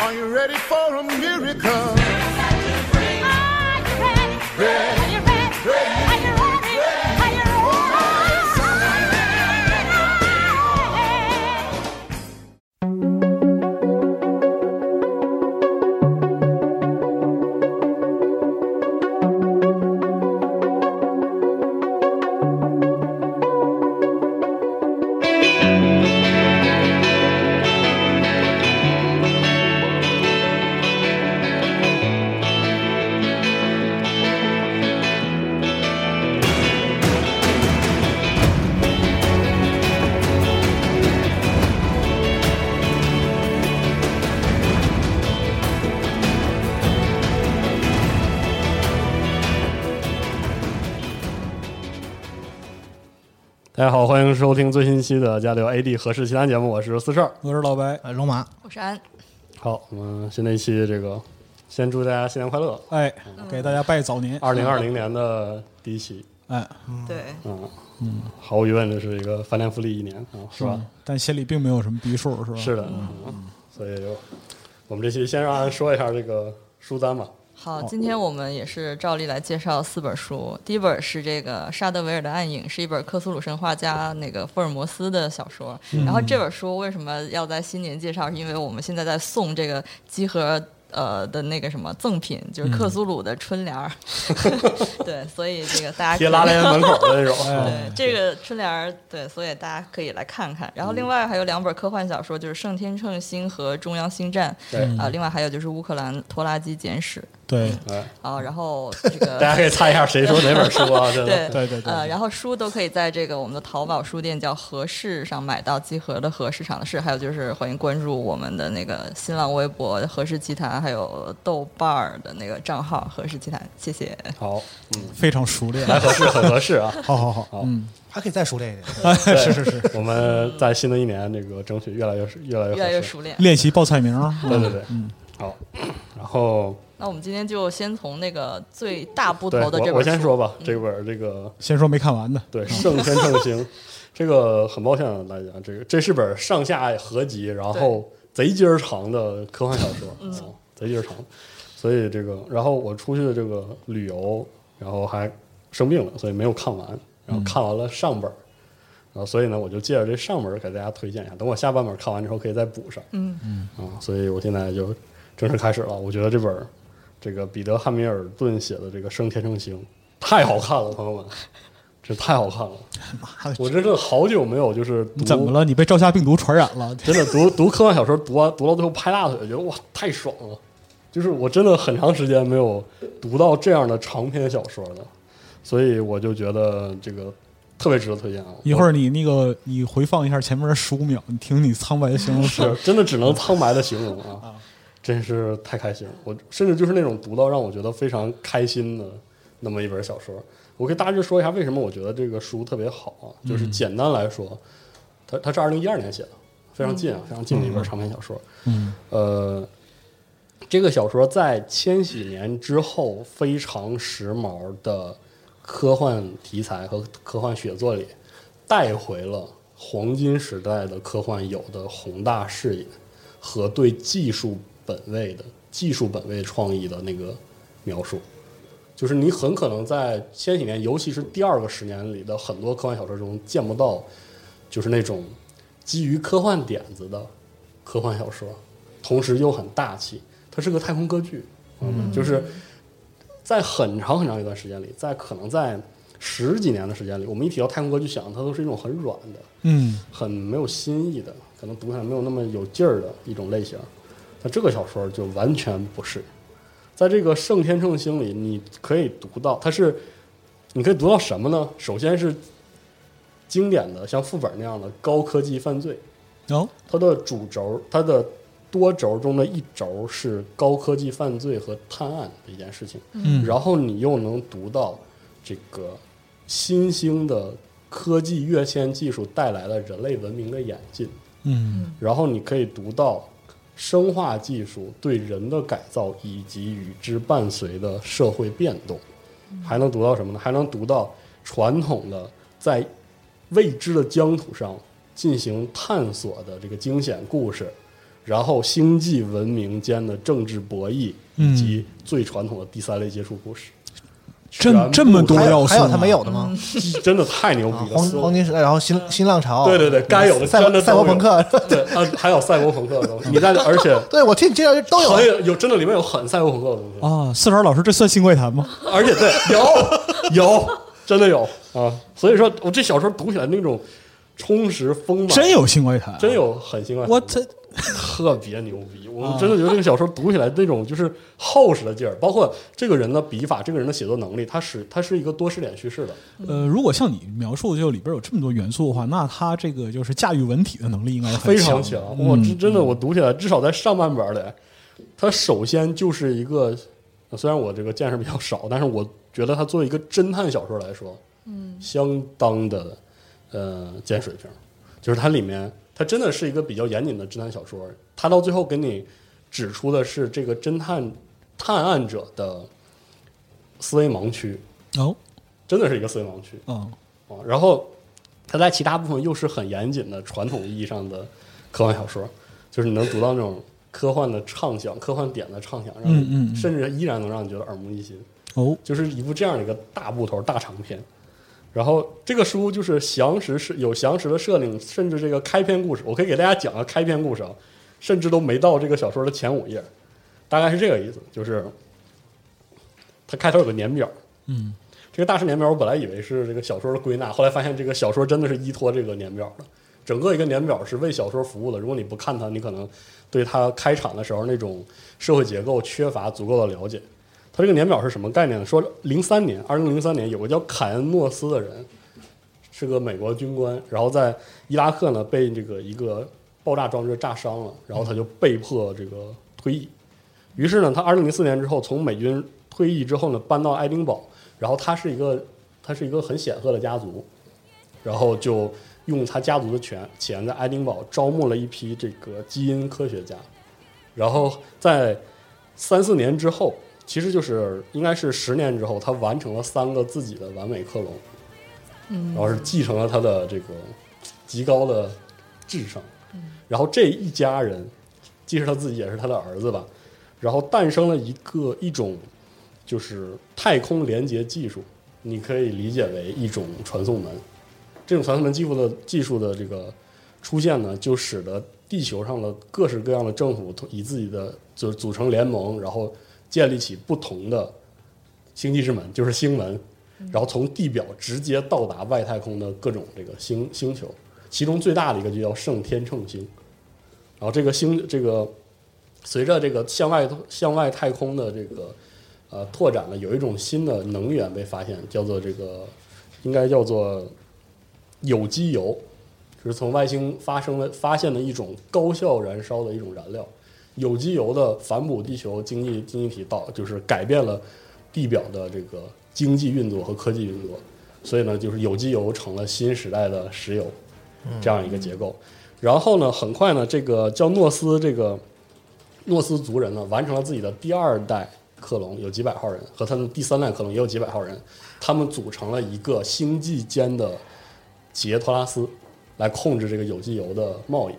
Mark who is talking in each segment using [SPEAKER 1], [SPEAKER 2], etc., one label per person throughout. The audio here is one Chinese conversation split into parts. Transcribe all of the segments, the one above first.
[SPEAKER 1] Are you ready for a
[SPEAKER 2] Are
[SPEAKER 1] miracle?
[SPEAKER 2] you ready? Are you ready? Are you ready? Are you ready?
[SPEAKER 3] 大家好，欢迎收听最新一期的《加六 AD 合适其他》节目，我是四十二。
[SPEAKER 4] 我是老白，哎，龙马，
[SPEAKER 5] 我是安，
[SPEAKER 3] 好，我们新的一期这个，先祝大家新年快乐，
[SPEAKER 4] 哎，给大家拜早年，
[SPEAKER 3] 二零二零年的第一期，
[SPEAKER 4] 哎，
[SPEAKER 5] 对，
[SPEAKER 3] 嗯嗯，毫无疑问，这是一个翻天覆地一年啊、是吧？
[SPEAKER 4] 嗯？但心里并没有什么逼数，是吧？
[SPEAKER 3] 是的，嗯，所以就我们这期先让安说一下这个书单吧。
[SPEAKER 5] 好，今天我们也是照例来介绍四本书。第一本是这个沙德维尔的《暗影》，是一本克苏鲁神话家那个福尔摩斯的小说。
[SPEAKER 3] 嗯
[SPEAKER 5] 然后这本书为什么要在新年介绍？是因为我们现在在送这个集合。呃的那个什么赠品
[SPEAKER 3] 嗯
[SPEAKER 5] 就是克苏鲁的春联儿， 对，所以这个大家可以
[SPEAKER 3] 贴拉帘门口的那种，
[SPEAKER 5] 对，这个春联儿，对，所以大家可以来看看。然后
[SPEAKER 3] 嗯
[SPEAKER 5] 另外还有两本科幻小说，就是《圣天秤星》和《中央星战》
[SPEAKER 3] 对
[SPEAKER 5] 啊、另外还有就是《乌克兰拖拉机简史
[SPEAKER 4] 对，》
[SPEAKER 3] 嗯
[SPEAKER 5] 啊、然后这个
[SPEAKER 3] 大家可以猜一下谁说哪本书啊？真
[SPEAKER 5] 对
[SPEAKER 3] 的，
[SPEAKER 4] 对对对
[SPEAKER 5] 呃，然后书都可以在这个我们的淘宝书店叫和市上买到，集合的和市场的市，还有就是欢迎关注我们的那个新浪微博和氏奇谈，还有豆瓣儿的那个账号和氏奇谈，谢谢。
[SPEAKER 3] 好，
[SPEAKER 4] 非常熟练，
[SPEAKER 3] 来合适很合适啊。
[SPEAKER 4] 好好好，嗯，
[SPEAKER 6] 还可以再熟练一点。
[SPEAKER 3] 对
[SPEAKER 4] 是是是，
[SPEAKER 3] 我们在新的一年，这个争取越来越越来越合适
[SPEAKER 5] 越来越熟练。
[SPEAKER 4] 练习报菜名儿，
[SPEAKER 3] 对对对，好。然后
[SPEAKER 5] 那我们今天就先从那个最大部
[SPEAKER 3] 对
[SPEAKER 5] 头的这
[SPEAKER 3] 我
[SPEAKER 5] 本
[SPEAKER 3] 我先
[SPEAKER 5] 书嗯
[SPEAKER 3] 说吧，这本儿这个
[SPEAKER 4] 先说没看完的，
[SPEAKER 3] 对《圣天秤星》，这个很抱歉啊大家，这个这是本儿上下合集，然后贼鸡儿长的科幻小说，
[SPEAKER 5] 嗯
[SPEAKER 3] 啊，贼鸡儿长。所以这个，然后我出去这个旅游，然后还生病了，所以没有看完。然后看完了上本儿，然后所以呢，我就借着这上本儿给大家推荐一下。等我下半本儿看完之后，可以再补上。
[SPEAKER 5] 嗯
[SPEAKER 3] 嗯啊，所以我现在就正式开始了。我觉得这本儿这个彼得汉密尔顿写的这个《升天成星》太好看了，朋友们，这太好看 了！我真的好久没有就是读
[SPEAKER 4] 你怎么了？你被赵夏病毒传染了？
[SPEAKER 3] 真的读读科幻小说，读完读到最后拍大腿，觉得哇太爽了！就是我真的很长时间没有读到这样的长篇小说了，所以我就觉得这个特别值得推荐啊！
[SPEAKER 4] 一会儿你那个，你回放一下前面的十五秒，你听你苍白的形容词，
[SPEAKER 3] 是 真的只能苍白的形容啊，真是太开心了！我甚至就是那种读到让我觉得非常开心的那么一本小说。我可以大致说一下为什么我觉得这个书特别好啊，
[SPEAKER 4] 嗯
[SPEAKER 3] 就是简单来说，它它是二零一二年写的，非常近啊，非常近的一本长篇小说。
[SPEAKER 4] 嗯，
[SPEAKER 3] 呃，这个小说在千禧年之后非常时髦的科幻题材和科幻写作里，带回了黄金时代的科幻有的宏大视野和对技术本位的技术本位创意的那个描述。就是你很可能在千禧年，尤其是第二个十年里的很多科幻小说中见不到，就是那种基于科幻点子的科幻小说，同时又很大气。它是个太空歌剧，嗯、就是在很长很长一段时间里，在可能在十几年的时间里，我们一提到太空歌剧，想它都是一种很软的、
[SPEAKER 4] 嗯，
[SPEAKER 3] 很没有新意的，可能读起来没有那么有劲儿的一种类型。那这个小说就完全不是，在这个《圣天圣星》里，你可以读到它是，你可以读到什么呢？首先是经典的像副本那样的高科技犯罪，
[SPEAKER 4] 哦，
[SPEAKER 3] 它的主轴，它的多轴中的一轴是高科技犯罪和探案的一件事情。
[SPEAKER 4] 嗯
[SPEAKER 3] 然后你又能读到这个新兴的科技跃迁技术带来的人类文明的演进，
[SPEAKER 4] 嗯
[SPEAKER 3] 然后你可以读到生化技术对人的改造以及与之伴随的社会变动，还能读到什么呢？还能读到传统的在未知的疆土上进行探索的这个惊险故事，然后星际文明间的政治博弈，以及最传统的第三类接触故事。
[SPEAKER 4] 这
[SPEAKER 3] 全部
[SPEAKER 4] 这么多
[SPEAKER 6] 还
[SPEAKER 3] 太
[SPEAKER 4] 要
[SPEAKER 6] 有
[SPEAKER 4] 素
[SPEAKER 6] 还有他
[SPEAKER 4] 吗
[SPEAKER 6] 没有的吗？
[SPEAKER 3] 真的太牛逼
[SPEAKER 6] 啊
[SPEAKER 3] 了！
[SPEAKER 6] 黄
[SPEAKER 3] 所有
[SPEAKER 6] 黄金时代，然后新新浪潮，
[SPEAKER 3] 对对对，该有的
[SPEAKER 6] 赛
[SPEAKER 3] 真的
[SPEAKER 6] 博赛博 朋克，
[SPEAKER 3] 对啊，还有赛博朋克的东西，你在而且
[SPEAKER 6] 对我听你介绍就都
[SPEAKER 3] 很
[SPEAKER 6] 有，
[SPEAKER 3] 有有真的里面有很赛博朋克的东 西，
[SPEAKER 4] 啊？四川老师，这算新怪谈吗？
[SPEAKER 3] 而且对有 有真的有啊，所以说我这小说读起来那种充实丰满，
[SPEAKER 4] 真有新怪谈，
[SPEAKER 3] 真，有很新怪，
[SPEAKER 4] 我啊这
[SPEAKER 3] 特别牛逼！我真的觉得这个小说读起来那种就是厚实的劲儿，包括这个人的笔法，这个人的写作能力，他是他是一个多视点叙事的，
[SPEAKER 4] 呃，如果像你描述，就里边有这么多元素的话，那他这个就是驾驭文体的能力应该很
[SPEAKER 3] 非常
[SPEAKER 4] 强
[SPEAKER 3] 强。
[SPEAKER 4] 嗯
[SPEAKER 3] 我真真的我读起来，至少在上半本儿里，它首先就是一个，呃虽然我这个见识比较少，但是我觉得它作为一个侦探小说来说，嗯，相当的呃见水平，就是它里面它真的是一个比较严谨的侦探小说，它到最后给你指出的是这个侦探探案者的思维盲区，
[SPEAKER 4] 哦，
[SPEAKER 3] 真的是一个思维盲区。
[SPEAKER 4] 嗯
[SPEAKER 3] 啊，然后它在其他部分又是很严谨的传统意义上的科幻小说，就是你能读到那种科幻的畅想、科幻点的畅想，让你
[SPEAKER 4] 嗯嗯嗯
[SPEAKER 3] 甚至依然能让你觉得耳目一新。
[SPEAKER 4] 哦，
[SPEAKER 3] 就是一部这样的一个大部头、大长篇。然后这个书就是详实是有详实的设定，甚至这个开篇故事，我可以给大家讲个开篇故事啊，甚至都没到这个小说的前五页，大概是这个意思。就是它开头有个年表，
[SPEAKER 4] 嗯，
[SPEAKER 3] 这个大师年表我本来以为是这个小说的归纳，后来发现这个小说真的是依托这个年表的，整个一个年表是为小说服务的。如果你不看它，你可能对它开场的时候那种社会结构缺乏足够的了解。它这个年表是什么概念呢？说零三年，二零零三年有个叫凯恩诺斯的人，是个美国军官，然后在伊拉克呢被这个一个爆炸装置炸伤了，然后他就被迫这个退役。于是呢，他二零零四年之后从美军退役之后呢，搬到爱丁堡，然后他是一个他是一个很显赫的家族，然后就用他家族的权钱在爱丁堡招募了一批这个基因科学家，然后在三四年之后，其实就是应该是十年之后，他完成了三个自己的完美克隆，嗯，然后是继承了他的这个极高的智商，然后这一家人既是他自己也是他的儿子吧，然后诞生了一个一种就是太空连接技术，你可以理解为一种传送门。这种传送门技术的技术的这个出现呢，就使得地球上的各式各样的政府以自己的就是组成联盟，然后建立起不同的星际之门，就是星门，然后从地表直接到达外太空的各种这个星星球，其中最大的一个就叫圣天秤星。然后这个星这个随着这个向外向外太空的这个呃拓展呢，有一种新的能源被发现，叫做这个应该叫做有机油，就是从外星发生的发现的一种高效燃烧的一种燃料。有机油的反哺地球经济经济体到就是改变了地表的这个经济运作和科技运作，所以呢，就是有机油成了新时代的石油这样一个结构。然后呢，很快呢，这个叫诺斯这个诺斯族人呢，完成了自己的第二代克隆，有几百号人，和他们第三代克隆也有几百号人，他们组成了一个星际间的杰托拉斯，来控制这个有机油的贸易。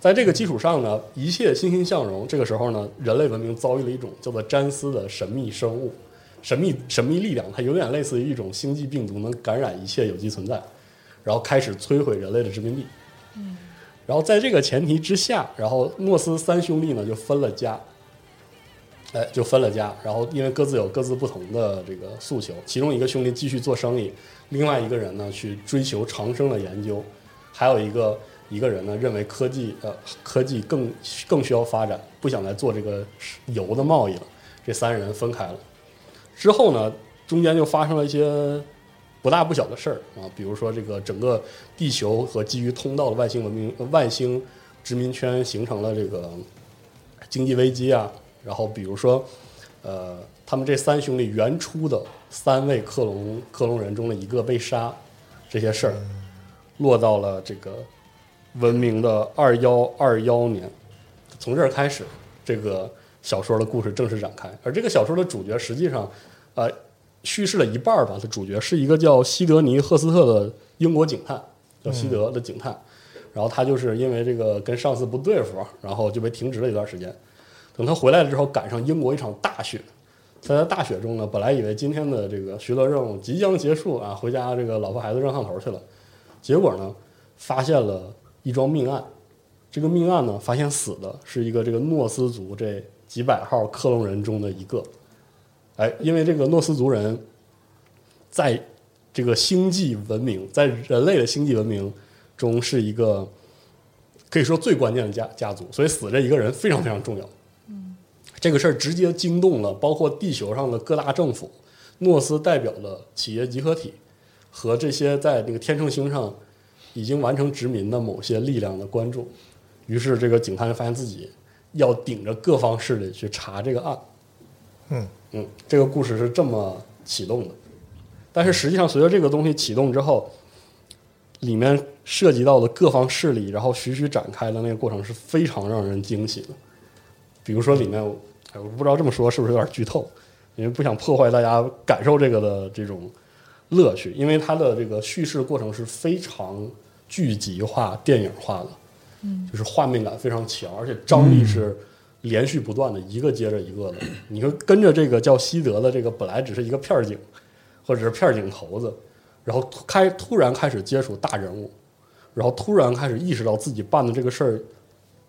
[SPEAKER 3] 在这个基础上呢，一切欣欣向荣。这个时候呢，人类文明遭遇了一种叫做詹斯的神秘生物，神秘神秘力量，它有点类似于一种星际病毒，能感染一切有机存在，然后开始摧毁人类的殖民地。然后在这个前提之下，然后诺斯三兄弟呢就分了家，哎，就分了家，然后因为各自有各自不同的这个诉求，其中一个兄弟继续做生意，另外一个人呢去追求长生的研究，还有一个一个人呢认为科技呃科技更更需要发展，不想来做这个油的贸易了。这三人分开了之后呢，中间就发生了一些不大不小的事儿啊，比如说这个整个地球和基于通道的外星文明、呃外星殖民圈形成了这个经济危机啊，然后比如说，呃，他们这三兄弟原初的三位克隆克隆人中的一个被杀，这些事儿落到了这个文明的二幺二幺年，从这儿开始，这个小说的故事正式展开。而这个小说的主角实际上，呃，叙事了一半儿吧，的主角是一个叫西德尼·赫斯特的英国警探，叫西德的警探。然后他就是因为这个跟上司不对付，然后就被停职了一段时间。等他回来了之后，赶上英国一场大雪，在他大雪中呢，本来以为今天的这个巡逻任务即将结束啊，回家这个老婆孩子热炕头去了，结果呢，发现了一桩命案。这个命案呢，发现死的是一个这个诺斯族这几百号克隆人中的一个。哎，因为这个诺斯族人在这个星际文明，在人类的星际文明中是一个可以说最关键的家家族，所以死这一个人非常非常重要。这个事儿直接惊动了包括地球上的各大政府、诺斯代表的企业集合体和这些在那个天秤星上已经完成殖民的某些力量的关注。于是，这个警探发现自己要顶着各方势力去查这个案。
[SPEAKER 6] 嗯
[SPEAKER 3] 嗯，这个故事是这么启动的。但是实际上，随着这个东西启动之后，里面涉及到的各方势力，然后徐徐展开的那个过程是非常让人惊喜的。比如说里面，哎，我不知道这么说是不是有点剧透，因为不想破坏大家感受这个的这种乐趣，因为它的这个叙事过程是非常剧集化、电影化的，嗯，就是画面感非常强，而且张力是连续不断的，一个接着一个的。你说跟着这个叫西德的这个本来只是一个片儿警，或者是片儿警头子，然后突开突然开始接触大人物，然后突然开始意识到自己办的这个事儿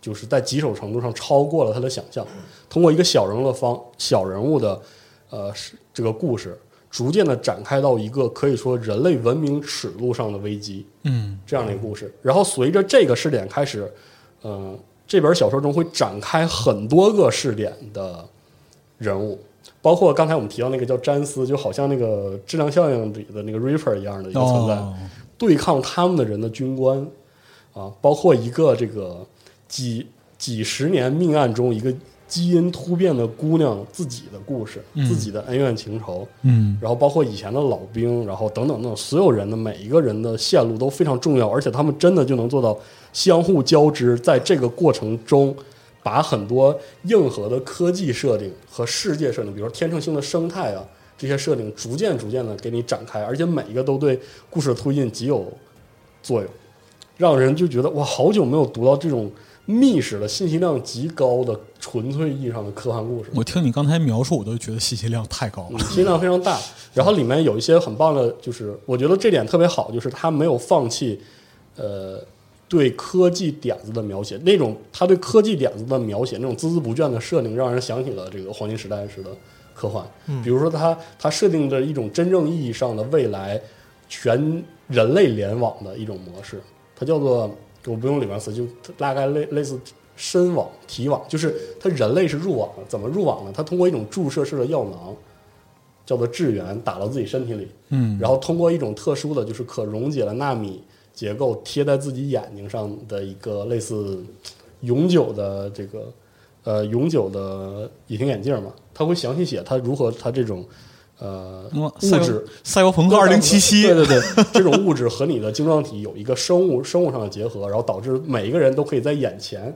[SPEAKER 3] 就是在棘手程度上超过了他的想象。通过一个小人物的方小人物的呃是这个故事，逐渐的展开到一个可以说人类文明尺度上的危机
[SPEAKER 4] 嗯，
[SPEAKER 3] 这样的一个故事。然后随着这个试点开始，呃，这本小说中会展开很多个试点的人物。包括刚才我们提到那个叫詹斯，就好像那个质量效应里的那个 Reaper 一样的一个存在，
[SPEAKER 4] 哦，
[SPEAKER 3] 对抗他们的人的军官啊，包括一个这个几几十年命案中一个基因突变的姑娘自己的故事，
[SPEAKER 4] 嗯
[SPEAKER 3] 自己的恩怨情仇，
[SPEAKER 4] 嗯，
[SPEAKER 3] 然后包括以前的老兵，然后等等等，所有人的每一个人的线路都非常重要，而且他们真的就能做到相互交织，在这个过程中，把很多硬核的科技设定和世界设定，比如说天秤星的生态啊这些设定，逐渐逐渐的给你展开，而且每一个都对故事的推进极有作用，让人就觉得哇，好久没有读到这种密实的、信息量极高的、纯粹意义上的科幻故事了。
[SPEAKER 4] 我听你刚才描述，我都觉得信息量太高了。
[SPEAKER 3] 信息嗯量非常大。然后里面有一些很棒的，就是我觉得这点特别好，就是他没有放弃，呃，对科技点子的描写，那种他对科技点子的描写，那种孜孜不倦的设定，让人想起了这个黄金时代时的科幻。比如说他他设定着一种真正意义上的未来全人类联网的一种模式，它叫做我不用里面词，就大概类类似深网、体网，就是它人类是入网了，怎么入网呢？它通过一种注射式的药囊，叫做致源，打到自己身体里，
[SPEAKER 4] 嗯，
[SPEAKER 3] 然后通过一种特殊的，就是可溶解的纳米结构贴在自己眼睛上的一个类似永久的这个呃永久的隐形眼镜嘛，它会详细写它如何它这种呃
[SPEAKER 4] 哇
[SPEAKER 3] 物
[SPEAKER 4] 赛博
[SPEAKER 3] 质
[SPEAKER 4] 赛博朋克二零七七，
[SPEAKER 3] 对对对，这种物质和你的晶状体有一个生物生物上的结合，然后导致每一个人都可以在眼前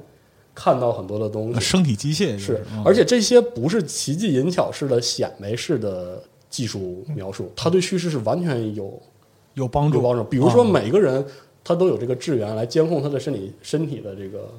[SPEAKER 3] 看到很多的东西，
[SPEAKER 4] 呃身体机械就是是，嗯，
[SPEAKER 3] 而且这些不是奇技淫巧式的显微式的技术描述，它对叙事是完全有
[SPEAKER 4] 有帮
[SPEAKER 3] 有
[SPEAKER 4] 助，
[SPEAKER 3] 帮助。比如说
[SPEAKER 4] 啊
[SPEAKER 3] 每个人他都有这个智源来监控他的身体身体的这个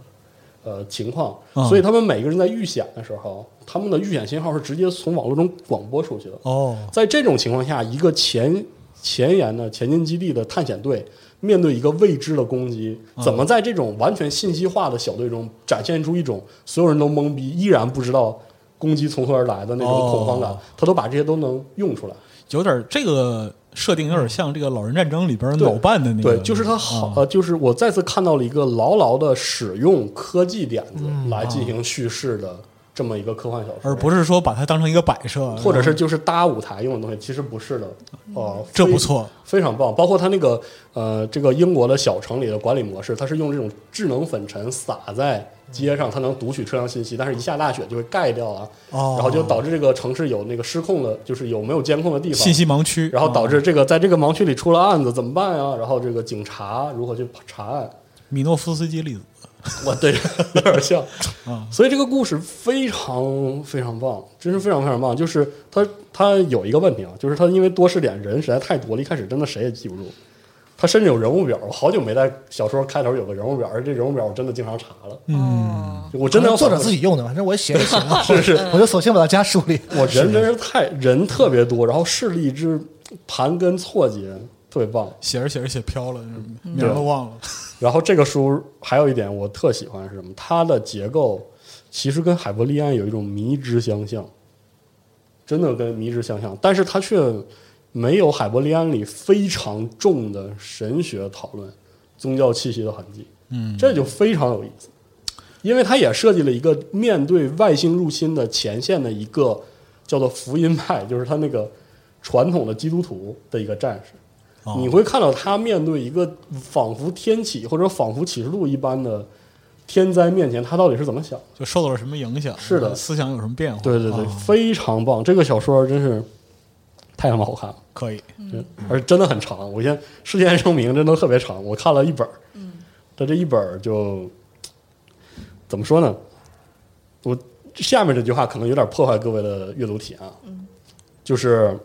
[SPEAKER 3] 呃情况，
[SPEAKER 4] 嗯
[SPEAKER 3] 所以他们每个人在预显的时候，他们的预显信号是直接从网络中广播出去的。
[SPEAKER 4] 哦，
[SPEAKER 3] 在这种情况下，一个前前沿的前进基地的探险队面对一个未知的攻击，
[SPEAKER 4] 嗯
[SPEAKER 3] 怎么在这种完全信息化的小队中展现出一种所有人都懵逼，依然不知道攻击从何而来的那种恐慌感，
[SPEAKER 4] 哦
[SPEAKER 3] 他都把这些都能用出来。
[SPEAKER 4] 有点儿这个设定有点像这个《老人战争》里边儿
[SPEAKER 3] 对
[SPEAKER 4] 老伴的那个，
[SPEAKER 3] 对，就是他好，
[SPEAKER 4] 啊
[SPEAKER 3] 呃，就是我再次看到了一个牢牢的使用科技点子来进行叙事的这么一个科幻小说，
[SPEAKER 4] 嗯而不是说把它当成一个摆设，
[SPEAKER 3] 或者是就是搭舞台用的东西，其实不是的。哦、
[SPEAKER 4] 嗯这
[SPEAKER 3] 非
[SPEAKER 4] 不错，
[SPEAKER 3] 非常棒。包括它那个呃，这个英国的小城里的管理模式，它是用这种智能粉尘撒在街上，它能读取车辆信息，但是一下大雪就会盖掉啊，
[SPEAKER 4] 哦
[SPEAKER 3] 然后就导致这个城市有那个失控的，就是有没有监控的地方，
[SPEAKER 4] 信息盲区，
[SPEAKER 3] 然后导致
[SPEAKER 4] 啊
[SPEAKER 3] 这个在这个盲区里出了案子怎么办呀？然后这个警察如何去查案？
[SPEAKER 4] 米诺夫斯基粒子
[SPEAKER 3] 我对，有点像
[SPEAKER 4] 啊
[SPEAKER 3] 所以这个故事非常非常棒，真是非常非常棒。就是它它有一个问题啊，就是它因为多试点人实在太多了，一开始真的谁也记不住。它甚至有人物表，我好久没在小说开头有个人物表，而这人物表我真的经常查了，
[SPEAKER 5] 哦，
[SPEAKER 3] 我真的要
[SPEAKER 6] 嗯作者
[SPEAKER 3] 反复
[SPEAKER 6] 自己用的，反正我写就行了，
[SPEAKER 3] 是是，
[SPEAKER 6] 我就索性把它加书里。
[SPEAKER 3] 我人真是太人特别多，然后势力之盘根错节，特别棒。
[SPEAKER 4] 写着写着写飘了，
[SPEAKER 5] 嗯
[SPEAKER 4] 名儿
[SPEAKER 3] 对
[SPEAKER 4] 都忘了。
[SPEAKER 3] 然后这个书还有一点我特喜欢是什么？它的结构其实跟海伯利安有一种迷之相像，真的跟迷之相像，但是它却没有海伯利安里非常重的神学讨论、宗教气息的痕迹。嗯，这就非常有意思，因为它也设计了一个面对外星入侵的前线的一个叫做福音派，就是他那个传统的基督徒的一个战士。
[SPEAKER 4] 哦
[SPEAKER 3] 你会看到他面对一个仿佛天启或者仿佛启示录一般的天灾面前，他到底是怎么想的？
[SPEAKER 4] 就受到了什么影响？
[SPEAKER 3] 是的
[SPEAKER 4] 思想有什么变化？
[SPEAKER 3] 对对对，
[SPEAKER 4] 啊
[SPEAKER 3] 非常棒！这个小说真是太他妈好看了，
[SPEAKER 4] 可以。
[SPEAKER 3] 真而且真的很长。我先事先声明，真的特别长，我看了一本儿，但这一本儿就怎么说呢？我下面这句话可能有点破坏各位的阅读体验，啊，就是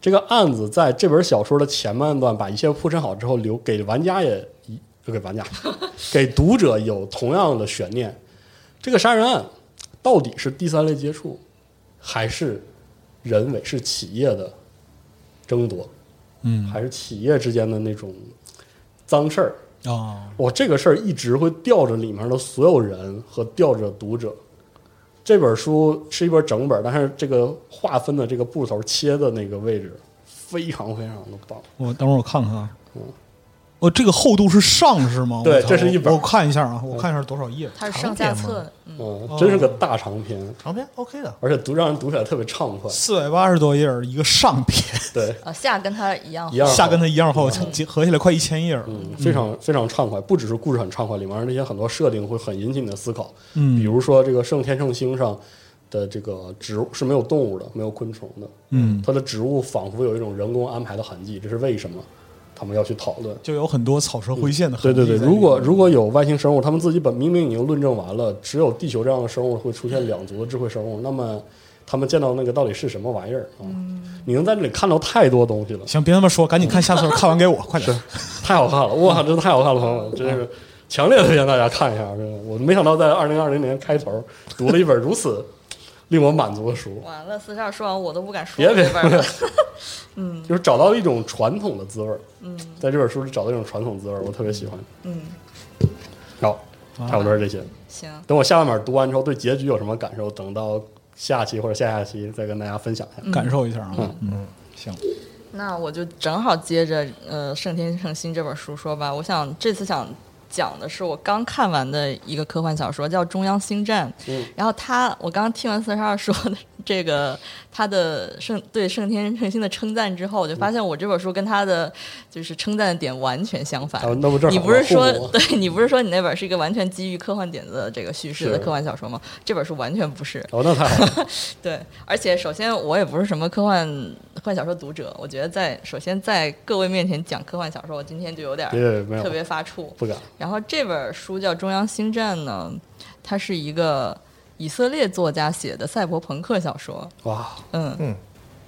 [SPEAKER 3] 这个案子在这本小说的前半段把一切铺陈好之后，留给玩家也一给玩家 给读者有同样的悬念：这个杀人案到底是第三类接触，还是人为是企业的争夺，
[SPEAKER 4] 嗯
[SPEAKER 3] 还是企业之间的那种脏事儿？
[SPEAKER 4] 啊，
[SPEAKER 3] 我这个事儿一直会吊着里面的所有人和吊着读者。这本书是一本整本，但是这个划分的这个部头切的那个位置非常非常的棒。
[SPEAKER 4] 我等会儿我看看啊。哦，这个厚度是上是
[SPEAKER 3] 嗯
[SPEAKER 4] 吗？
[SPEAKER 3] 对
[SPEAKER 4] 我操
[SPEAKER 3] 这是一本
[SPEAKER 4] 我看一下啊，我看一下多少页。
[SPEAKER 5] 它是上下册的，嗯
[SPEAKER 3] 嗯，
[SPEAKER 4] 哦
[SPEAKER 3] 真是个大长篇，
[SPEAKER 6] 长篇 OK 的，
[SPEAKER 3] 而且读让人读起来特别畅快。
[SPEAKER 4] 四百八十多页儿，一个上篇，
[SPEAKER 3] 对，
[SPEAKER 5] 啊，下跟它一样
[SPEAKER 3] 一，样
[SPEAKER 4] 下跟它一样厚，结合起来快一千页儿。
[SPEAKER 3] 嗯非常非常畅快，不只是故事很畅快，里面那些很多设定会很引起你的思考。
[SPEAKER 4] 嗯
[SPEAKER 3] 比如说这个圣天圣星上的这个植物是没有动物的，没有昆虫的，
[SPEAKER 4] 嗯
[SPEAKER 3] 它的植物仿佛有一种人工安排的痕迹，这是为什么？他们要去讨论。
[SPEAKER 4] 就有很多草蛇灰线的
[SPEAKER 3] 对
[SPEAKER 4] 痕迹
[SPEAKER 3] 嗯对
[SPEAKER 4] 在
[SPEAKER 3] 对，
[SPEAKER 4] 里面。
[SPEAKER 3] 如果如果有外星生物，他们自己本明明已经论证完了，只有地球这样的生物会出现两足的智慧生物，那么他们见到那个到底是什么玩意儿啊？你能在这里看到太多东西了。
[SPEAKER 4] 行，别他妈说，赶紧看下册， 看完给我，快点。
[SPEAKER 3] 太好看了，哇，真的太好看了，朋友们，真是强烈推荐大家看一下。真的，我没想到在二零二零年开头读了一本如此令我满足的书，
[SPEAKER 5] 完了，四十二说完我都不敢说
[SPEAKER 3] 别
[SPEAKER 5] 这
[SPEAKER 3] 别
[SPEAKER 5] 边了，嗯
[SPEAKER 3] 就是找到一种传统的滋味儿。嗯，在这本书里找到一种传统滋味儿，我特别喜欢。
[SPEAKER 5] 嗯，
[SPEAKER 3] 好，差不多是这些。
[SPEAKER 5] 行，
[SPEAKER 3] 等我下半本读完之后，对结局有什么感受，等到下期或者下下期再跟大家分享一下。
[SPEAKER 4] 感受一下啊。嗯，行，
[SPEAKER 5] 那我就正好接着呃《圣天圣心》这本书说吧，我想这次想。讲的是我刚看完的一个科幻小说，叫《中央星战》。
[SPEAKER 3] 嗯
[SPEAKER 5] 然后他，我刚听完四十二说的这个他的圣对圣天圣心的称赞之后，我就发现我这本书跟他的就是称赞的点完全相反。
[SPEAKER 3] 啊那不正好
[SPEAKER 5] 你不是说
[SPEAKER 3] 互补
[SPEAKER 5] 对你不是说你那本是一个完全基于科幻点子的这个叙事的
[SPEAKER 3] 是
[SPEAKER 5] 科幻小说吗？这本书完全不是。
[SPEAKER 3] 哦，那太好了，
[SPEAKER 5] 对，而且首先我也不是什么科幻科幻小说读者，我觉得在首先在各位面前讲科幻小说，我今天就有点儿
[SPEAKER 3] 别别别没有
[SPEAKER 5] 特别发怵。
[SPEAKER 3] 不敢。
[SPEAKER 5] 然后这本书叫《中央星战》呢，它是一个以色列作家写的赛博朋克小说，
[SPEAKER 3] 哇，
[SPEAKER 5] 嗯
[SPEAKER 6] 嗯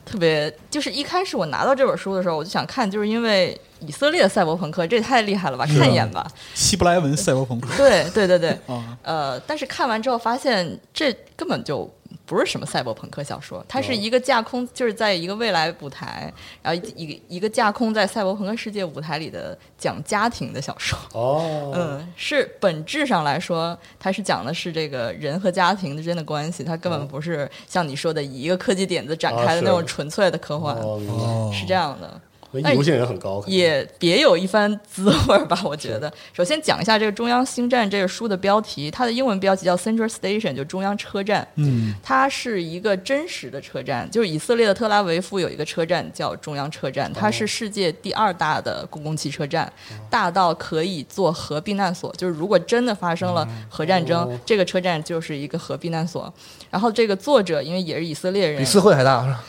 [SPEAKER 5] 特别就是一开始我拿到这本书的时候，我就想看，就是因为以色列的赛博朋克这也太厉害了吧，
[SPEAKER 3] 啊
[SPEAKER 5] 看一眼吧。
[SPEAKER 4] 希伯来文赛博朋克
[SPEAKER 5] 对对对对，
[SPEAKER 4] 啊，
[SPEAKER 5] 呃，但是看完之后发现这根本就不是什么赛博朋克小说，它是一个架空，就是在一个未来舞台，然后一个一个架空在赛博朋克世界舞台里的讲家庭的小说。
[SPEAKER 3] 哦，
[SPEAKER 5] 嗯，是本质上来说，它是讲的是这个人和家庭之间的关系，它根本不是像你说的以一个科技点子展开
[SPEAKER 3] 哦啊
[SPEAKER 5] 的
[SPEAKER 3] 是
[SPEAKER 5] 那种纯粹的科幻，
[SPEAKER 3] 哦，明白
[SPEAKER 4] 哦，
[SPEAKER 5] 是这样的。
[SPEAKER 3] 那游戏也很高，肯定
[SPEAKER 5] 也别有一番滋味儿吧，我觉得。首先讲一下这个《中央星站》这个书的标题，它的英文标题叫 Central Station，就中央车站。
[SPEAKER 4] 嗯，
[SPEAKER 5] 它是一个真实的车站，就是以色列的特拉维夫有一个车站叫中央车站，它是世界第二大的公共汽车站，大到可以做核避难所，就是如果真的发生了核战争
[SPEAKER 3] 哦，
[SPEAKER 5] 这个车站就是一个核避难所。然后这个作者因为也是以色列人
[SPEAKER 6] 比，四会还大是吧？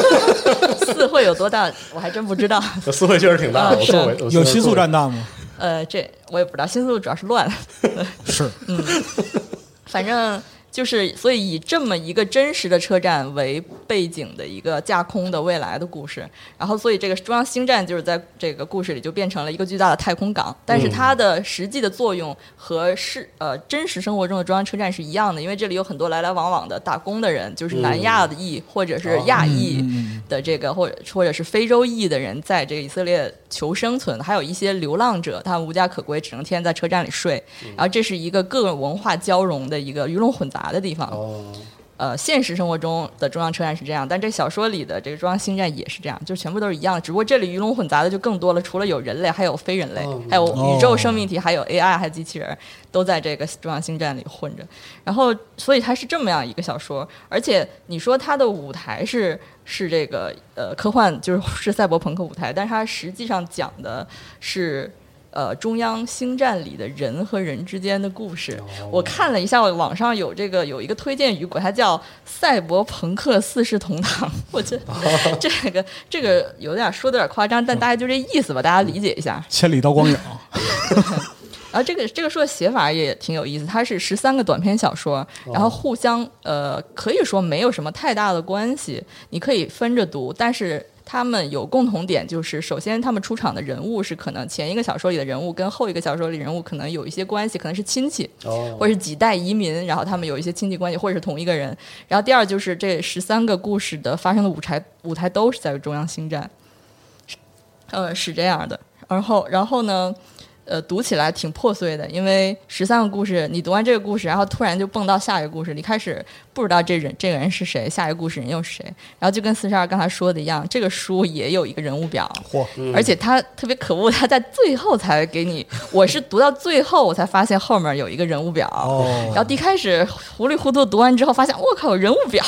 [SPEAKER 5] 四会有多大我还真不知道。
[SPEAKER 3] 这思维确实挺大的。
[SPEAKER 5] 啊
[SPEAKER 3] 我
[SPEAKER 5] 是
[SPEAKER 3] 作为我
[SPEAKER 4] 有
[SPEAKER 3] 作为
[SPEAKER 4] 西
[SPEAKER 3] 嗯作
[SPEAKER 4] 速
[SPEAKER 3] 为
[SPEAKER 4] 站大吗？
[SPEAKER 5] 呃，这我也不知道，新宿主要是乱。嗯
[SPEAKER 4] 是，
[SPEAKER 5] 反正就是，所以以这么一个真实的车站为背景的一个架空的未来的故事，然后所以这个中央星站就是在这个故事里就变成了一个巨大的太空港，但是它的实际的作用和是呃真实生活中的中央车站是一样的，因为这里有很多来来往往的打工的人，就是南亚的裔或者是亚裔。的这个或者或者是非洲裔的人在这个以色列求生存，还有一些流浪者，他们无家可归，只能天天在车站里睡。然后这是一个各个文化交融的一个鱼龙混杂的地方。
[SPEAKER 3] 哦，
[SPEAKER 5] 呃，现实生活中的中央车站是这样，但这小说里的这个中央星站也是这样，就全部都是一样的，只不过这里鱼龙混杂的就更多了，除了有人类，还有非人类，
[SPEAKER 3] 哦
[SPEAKER 5] 还有
[SPEAKER 4] 哦
[SPEAKER 5] 宇宙生命体，还有 AI，还有机器人，都在这个中央星站里混着。然后，所以它是这么样一个小说，而且你说它的舞台是是这个呃科幻，就是 是赛博朋克舞台，但是它实际上讲的是。呃，中央星站里的人和人之间的故事，我看了一下，网上有这个有一个推荐语，管它叫“赛博朋克四世同堂”， 我觉得这个这个有点说的有点夸张，但大概就这意思吧，大家理解一下。
[SPEAKER 4] 千里刀光影，
[SPEAKER 5] 然后这个这个书的写法也挺有意思，它是十三个短篇小说，然后互相呃可以说没有什么太大的关系，你可以分着读，但是。他们有共同点，就是首先他们出场的人物是可能前一个小说里的人物跟后一个小说里人物可能有一些关系，可能是亲戚，
[SPEAKER 3] 哦
[SPEAKER 5] 或者是几代移民，然后他们有一些亲戚关系，或者是同一个人。然后第二就是这十三个故事的发生的舞台舞台都是在中央星站，呃，是这样的。然后，然后呢，呃，读起来挺破碎的，因为十三个故事，你读完这个故事，然后突然就蹦到下一个故事，你开始不知道这人这个人是谁，下一个故事人又是谁。然后就跟四十二刚才说的一样，这个书也有一个人物表，嗯
[SPEAKER 6] 嚯，
[SPEAKER 4] 嗯
[SPEAKER 5] 而且他特别可恶，他在最后才给你，我是读到最后我才发现后面有一个人物表，
[SPEAKER 4] 哦
[SPEAKER 5] 然后一开始糊里糊涂读完之后，发现我靠，有人物 表，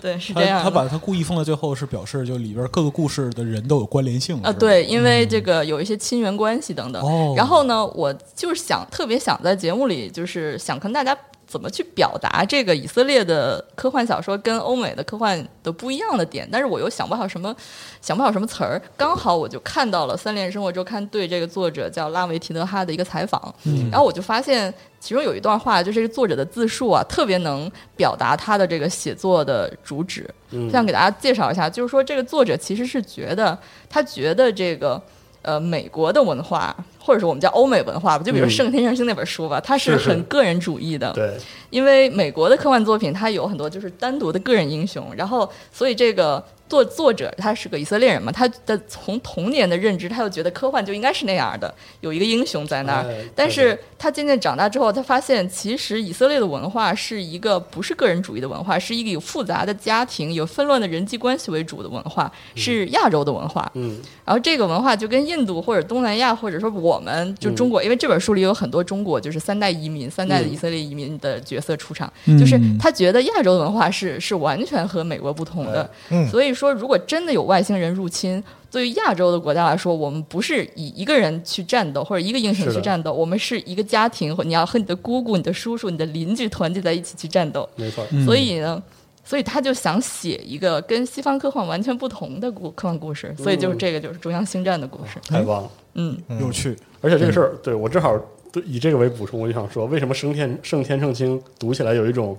[SPEAKER 5] 对，是这
[SPEAKER 4] 他
[SPEAKER 5] 样的。
[SPEAKER 4] 他把他故意放在最后，是表示就里边各个故事的人都有关联性
[SPEAKER 5] 啊，
[SPEAKER 4] 是吧
[SPEAKER 5] 对，因为这个有一些亲缘关系等等。
[SPEAKER 4] 哦
[SPEAKER 5] 然后呢，我就是想特别想在节目里，就是想跟大家怎么去表达这个以色列的科幻小说跟欧美的科幻的不一样的点，但是我又想不好什么，想不好什么词儿。刚好我就看到了《三联生活周刊》对这个作者叫拉维提德哈的一个采访，
[SPEAKER 4] 嗯
[SPEAKER 5] 然后我就发现其中有一段话，就是这个作者的自述啊，特别能表达他的这个写作的主旨。
[SPEAKER 3] 嗯
[SPEAKER 5] 我想给大家介绍一下，就是说这个作者其实是觉得他觉得这个呃美国的文化，或者是我们叫欧美文化吧，就比如《
[SPEAKER 3] 嗯
[SPEAKER 5] 圣天圣经》那本书吧，它是
[SPEAKER 3] 是是
[SPEAKER 5] 很个人主义的。
[SPEAKER 3] 对，
[SPEAKER 5] 因为美国的科幻作品它有很多就是单独的个人英雄，然后所以这个作作者他是个以色列人嘛，他的从童年的认知，他就觉得科幻就应该是那样的，有一个英雄在那儿
[SPEAKER 3] 哎。
[SPEAKER 5] 但
[SPEAKER 3] 对
[SPEAKER 5] 是他渐渐长大之后，他发现其实以色列的文化是一个不是个人主义的文化，是一个有复杂的家庭、有纷乱的人际关系为主的文化，是亚洲的文化。
[SPEAKER 3] 嗯，
[SPEAKER 5] 然后这个文化就跟印度或者东南亚或者说我们就中
[SPEAKER 3] 嗯
[SPEAKER 5] 国，因为这本书里有很多中国就是三代移民、三代的以色列移民的角色出场，就是
[SPEAKER 3] 嗯
[SPEAKER 5] 他觉得亚洲的文化是是完全和美国不同
[SPEAKER 3] 哎
[SPEAKER 5] 的，
[SPEAKER 3] 嗯
[SPEAKER 5] 所以说如果真的有外星人入侵。对于亚洲的国家来说，我们不是以一个人去战斗，或者一个英雄
[SPEAKER 3] 是
[SPEAKER 5] 去
[SPEAKER 3] 的
[SPEAKER 5] 战斗，我们是一个家庭，或你要和你的姑姑、你的叔叔、你的邻居团结在一起去战斗。
[SPEAKER 3] 没错，
[SPEAKER 5] 所以呢，所以他就想写一个跟西方科幻完全不同的故科幻故
[SPEAKER 3] 嗯
[SPEAKER 5] 事，所以就是这个就是中央星战的故事。
[SPEAKER 3] 太棒了。
[SPEAKER 5] 嗯，
[SPEAKER 4] 有趣，
[SPEAKER 3] 而且这个事儿，对我正好对以这个为补充，我就想说，为什么圣天圣天圣经读起来有一种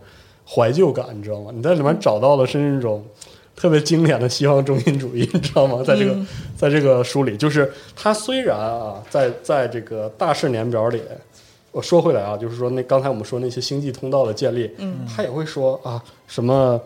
[SPEAKER 3] 怀旧感，你知道吗？你在里面找到的是那种特别经典的西方中心主义， 你知道吗？在这个、在这个书里，就是它虽然啊，在在这个大事年表里。我说回来啊，就是说那刚才我们说那些星际通道的建立，他也会说啊什么。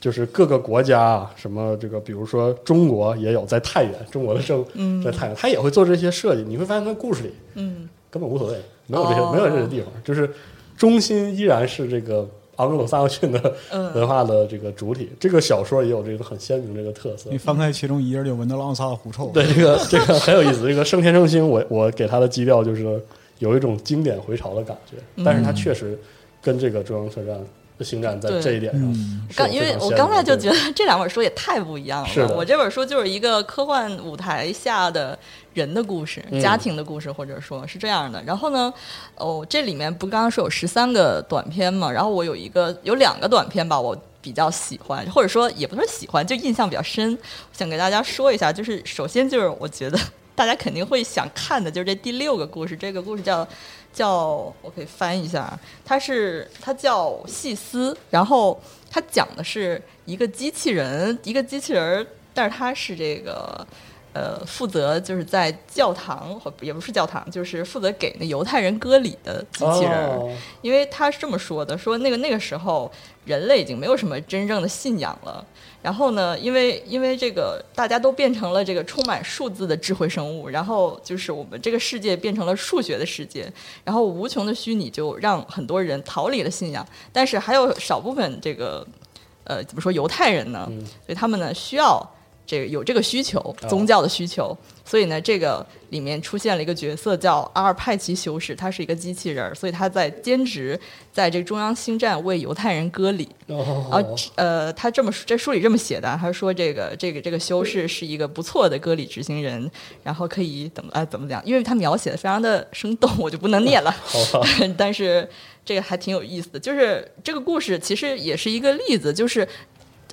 [SPEAKER 3] 就是各个国家啊，什么这个，比如说中国也有在太原，中国的政在太原，他也会做这些设计。你会发现，他故事里，嗯，根本无所谓，没有这些，
[SPEAKER 5] 哦
[SPEAKER 3] 没有这些地方，就是中心依然是这个昂格鲁萨克逊的
[SPEAKER 5] 嗯
[SPEAKER 3] 文化的这个主体。这个小说也有这个很鲜明这个特色。
[SPEAKER 4] 你翻开其中一页就闻到了奥萨的狐臭。
[SPEAKER 3] 对，这个这个很有意思。这个圣天圣星，我我给他的基调就是有一种经典回潮的感觉，
[SPEAKER 5] 嗯
[SPEAKER 3] 但是他确实跟这个中央车站、星战在
[SPEAKER 5] 对
[SPEAKER 3] 这一点上
[SPEAKER 4] 嗯
[SPEAKER 3] 是有
[SPEAKER 5] 刚
[SPEAKER 3] 非常鲜明的对比，
[SPEAKER 5] 因为我刚才就觉得这两本书也太不一样
[SPEAKER 3] 是
[SPEAKER 5] 了。
[SPEAKER 3] 的
[SPEAKER 5] 我这本书就是一个科幻舞台下的人的故事、家庭的故事，或者说是这样的。然后呢，哦，这里面不刚刚说有十三个短片嘛？然后我有一个有两个短片吧，我。比较喜欢，或者说也不是喜欢，就印象比较深。我想给大家说一下，就是首先就是我觉得 大家肯定会想看的，就是这第六个故事。这个故事叫叫我可以翻一下啊，它是它叫细思，然后它讲的是一个机器人，一个机器人儿，但是它是这个呃负责就是在教堂或也不是教堂，就是负责给那犹太人割礼的机器人儿。
[SPEAKER 3] 哦
[SPEAKER 5] 因为他是这么说的，说那个那个时候人类已经没有什么真正的信仰了。然后呢，因为因为这个大家都变成了这个充满数字的智慧生物，然后就是我们这个世界变成了数学的世界，然后无穷的虚拟就让很多人逃离了信仰，但是还有少部分这个呃怎么说犹太人呢，所以他们呢需要这个有这个需求，宗教的需求。所以呢，这个里面出现了一个角色叫阿尔派奇修士，他是一个机器人儿，所以他在兼职在这个中央星站为犹太人割礼。
[SPEAKER 3] 哦
[SPEAKER 5] 然后呃，他这么说，这书里这么写的啊，他说这个这个这个修士是一个不错的割礼执行人，然后可以怎么啊怎么讲？因为他描写的非常的生动，我就不能 念了。 但是这个还挺有意思的，就是这个故事其实也是一个例子，就是。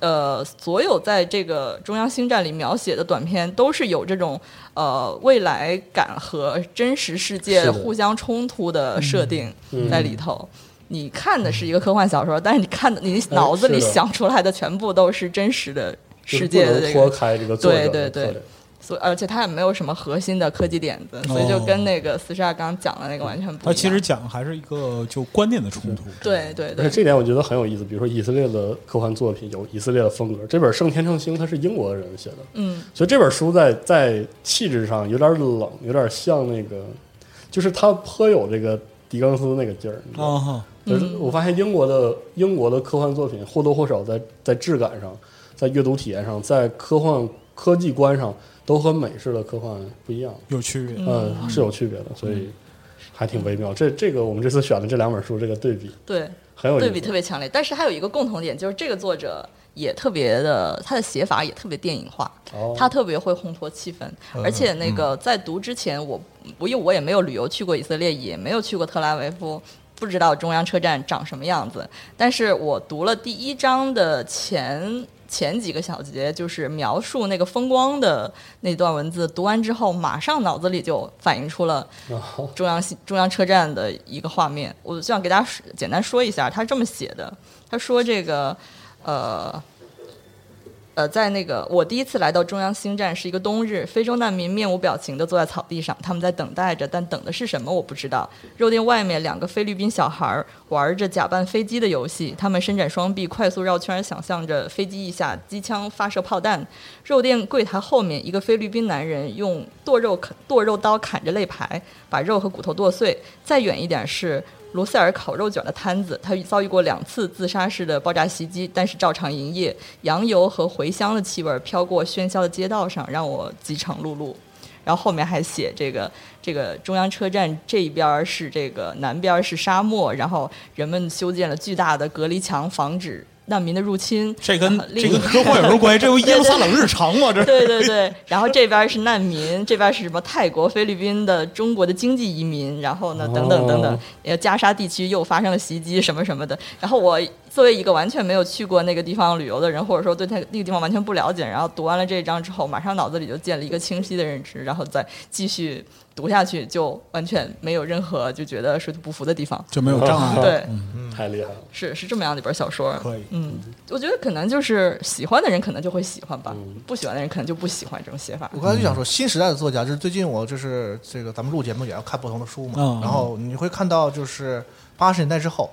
[SPEAKER 5] 呃，所有在这个中央星站里描写的短片，都是有这种呃未来感和真实世界
[SPEAKER 3] 是的嗯
[SPEAKER 5] 互相冲突的设定在里头。你看的是一个科幻小说，但是你看的你脑子里
[SPEAKER 3] 哎是的
[SPEAKER 5] 想出来的全部都是真实的
[SPEAKER 3] 就是
[SPEAKER 5] 世
[SPEAKER 3] 不
[SPEAKER 5] 界的
[SPEAKER 3] 能
[SPEAKER 5] 这
[SPEAKER 3] 脱
[SPEAKER 5] 个，
[SPEAKER 3] 开这个作者的
[SPEAKER 5] 对对对
[SPEAKER 3] 特点
[SPEAKER 5] 所以而且它也没有什么核心的科技点子，所以就
[SPEAKER 4] 哦
[SPEAKER 5] 跟那个四十二刚讲的那个完全不一
[SPEAKER 4] 它
[SPEAKER 5] 样。
[SPEAKER 4] 其实讲的还是一个就观念的冲突。
[SPEAKER 5] 对对
[SPEAKER 3] 而且
[SPEAKER 5] 对，
[SPEAKER 3] 这点我觉得很有意思，比如说以色列的科幻作品有以色列的风格，这本《圣天圣星》它是英国人写的，
[SPEAKER 5] 嗯，
[SPEAKER 3] 所以这本书在在气质上有点冷，有点像那个，就是它颇有这个狄更斯那个劲儿。
[SPEAKER 5] 嗯
[SPEAKER 3] 你知道吗
[SPEAKER 4] 啊哈，
[SPEAKER 3] 就是我发现英国的英国的科幻作品或多或少在在质感上、在阅读体验上、在科幻科技观上都和美式的科幻不一样，
[SPEAKER 4] 有区别。
[SPEAKER 3] 嗯，是有区别的，所
[SPEAKER 5] 嗯
[SPEAKER 3] 以还挺微妙。这这个我们这次选的这两本书，这个对比
[SPEAKER 5] 对
[SPEAKER 3] 很有意思，
[SPEAKER 5] 对比特别强烈。但是还有一个共同点，就是这个作者也特别的，他的写法也特别电影化。
[SPEAKER 3] 哦嗯
[SPEAKER 5] 他特别会烘托气氛，而且那个在读之前，我我因为我也没有旅游去过以色列，也没有去过特拉维夫，不知道中央车站长什么样子。但是我读了第一章的前前几个小节，就是描述那个风光的那段文字，读完之后，马上脑子里就反映出了
[SPEAKER 3] 哦
[SPEAKER 5] 中央西中央车站的一个画面。我就想给大家说简单说一下，他这么写的，他说这个呃。呃，在那个我第一次来到中央星站是一个冬日，非洲难民面无表情地坐在草地上，他们在等待着，但等的是什么我不知道。肉店外面，两个菲律宾小孩儿玩着假扮飞机的游戏，他们伸展双臂，快速绕圈，想象着飞机一下机枪发射炮弹。肉店柜台后面，一个菲律宾男人用剁肉砍剁肉刀砍着肋排，把肉和骨头剁碎。再远一点是罗塞尔烤肉卷的摊子，他遭遇过两次自杀式的爆炸袭击，但是照常营业。羊油和茴香的气味飘过喧嚣的街道上，让我饥肠辘辘。然后后面还写这个这个中央车站这一边儿是这个南边儿是沙漠，然后人们修建了巨大的隔离墙，防止难民的入侵。
[SPEAKER 4] 这跟
[SPEAKER 5] 呃另
[SPEAKER 4] 这跟
[SPEAKER 5] 一
[SPEAKER 4] 科幻有什么关系？这不耶路撒冷日常吗？这
[SPEAKER 5] 对对对，然后这边是难民，这边是什么泰国、菲律宾的、中国的经济移民，然后呢，等等等等
[SPEAKER 3] 哦，
[SPEAKER 5] 呃，加沙地区又发生了袭击什么什么的。然后我作为一个完全没有去过那个地方旅游的人，或者说对那个那个地方完全不了解，然后读完了这一章之后，马上脑子里就建立一个清晰的认知，然后再继续读下去就完全没有任何就觉得水土不服的地方。
[SPEAKER 4] 就没有障碍。
[SPEAKER 5] 对，
[SPEAKER 3] 太厉害了。
[SPEAKER 5] 是是这么样的一本小说。
[SPEAKER 4] 可以，
[SPEAKER 5] 嗯，我觉得可能就是喜欢的人可能就会喜欢吧，
[SPEAKER 3] 嗯
[SPEAKER 5] 不喜欢的人可能就不喜欢这种写法
[SPEAKER 6] 我。刚才就想说，新时代的作家，就是最近我就是这个咱们录节目也要看不同的书嘛，
[SPEAKER 4] 嗯
[SPEAKER 6] 然后你会看到就是八十年代之后，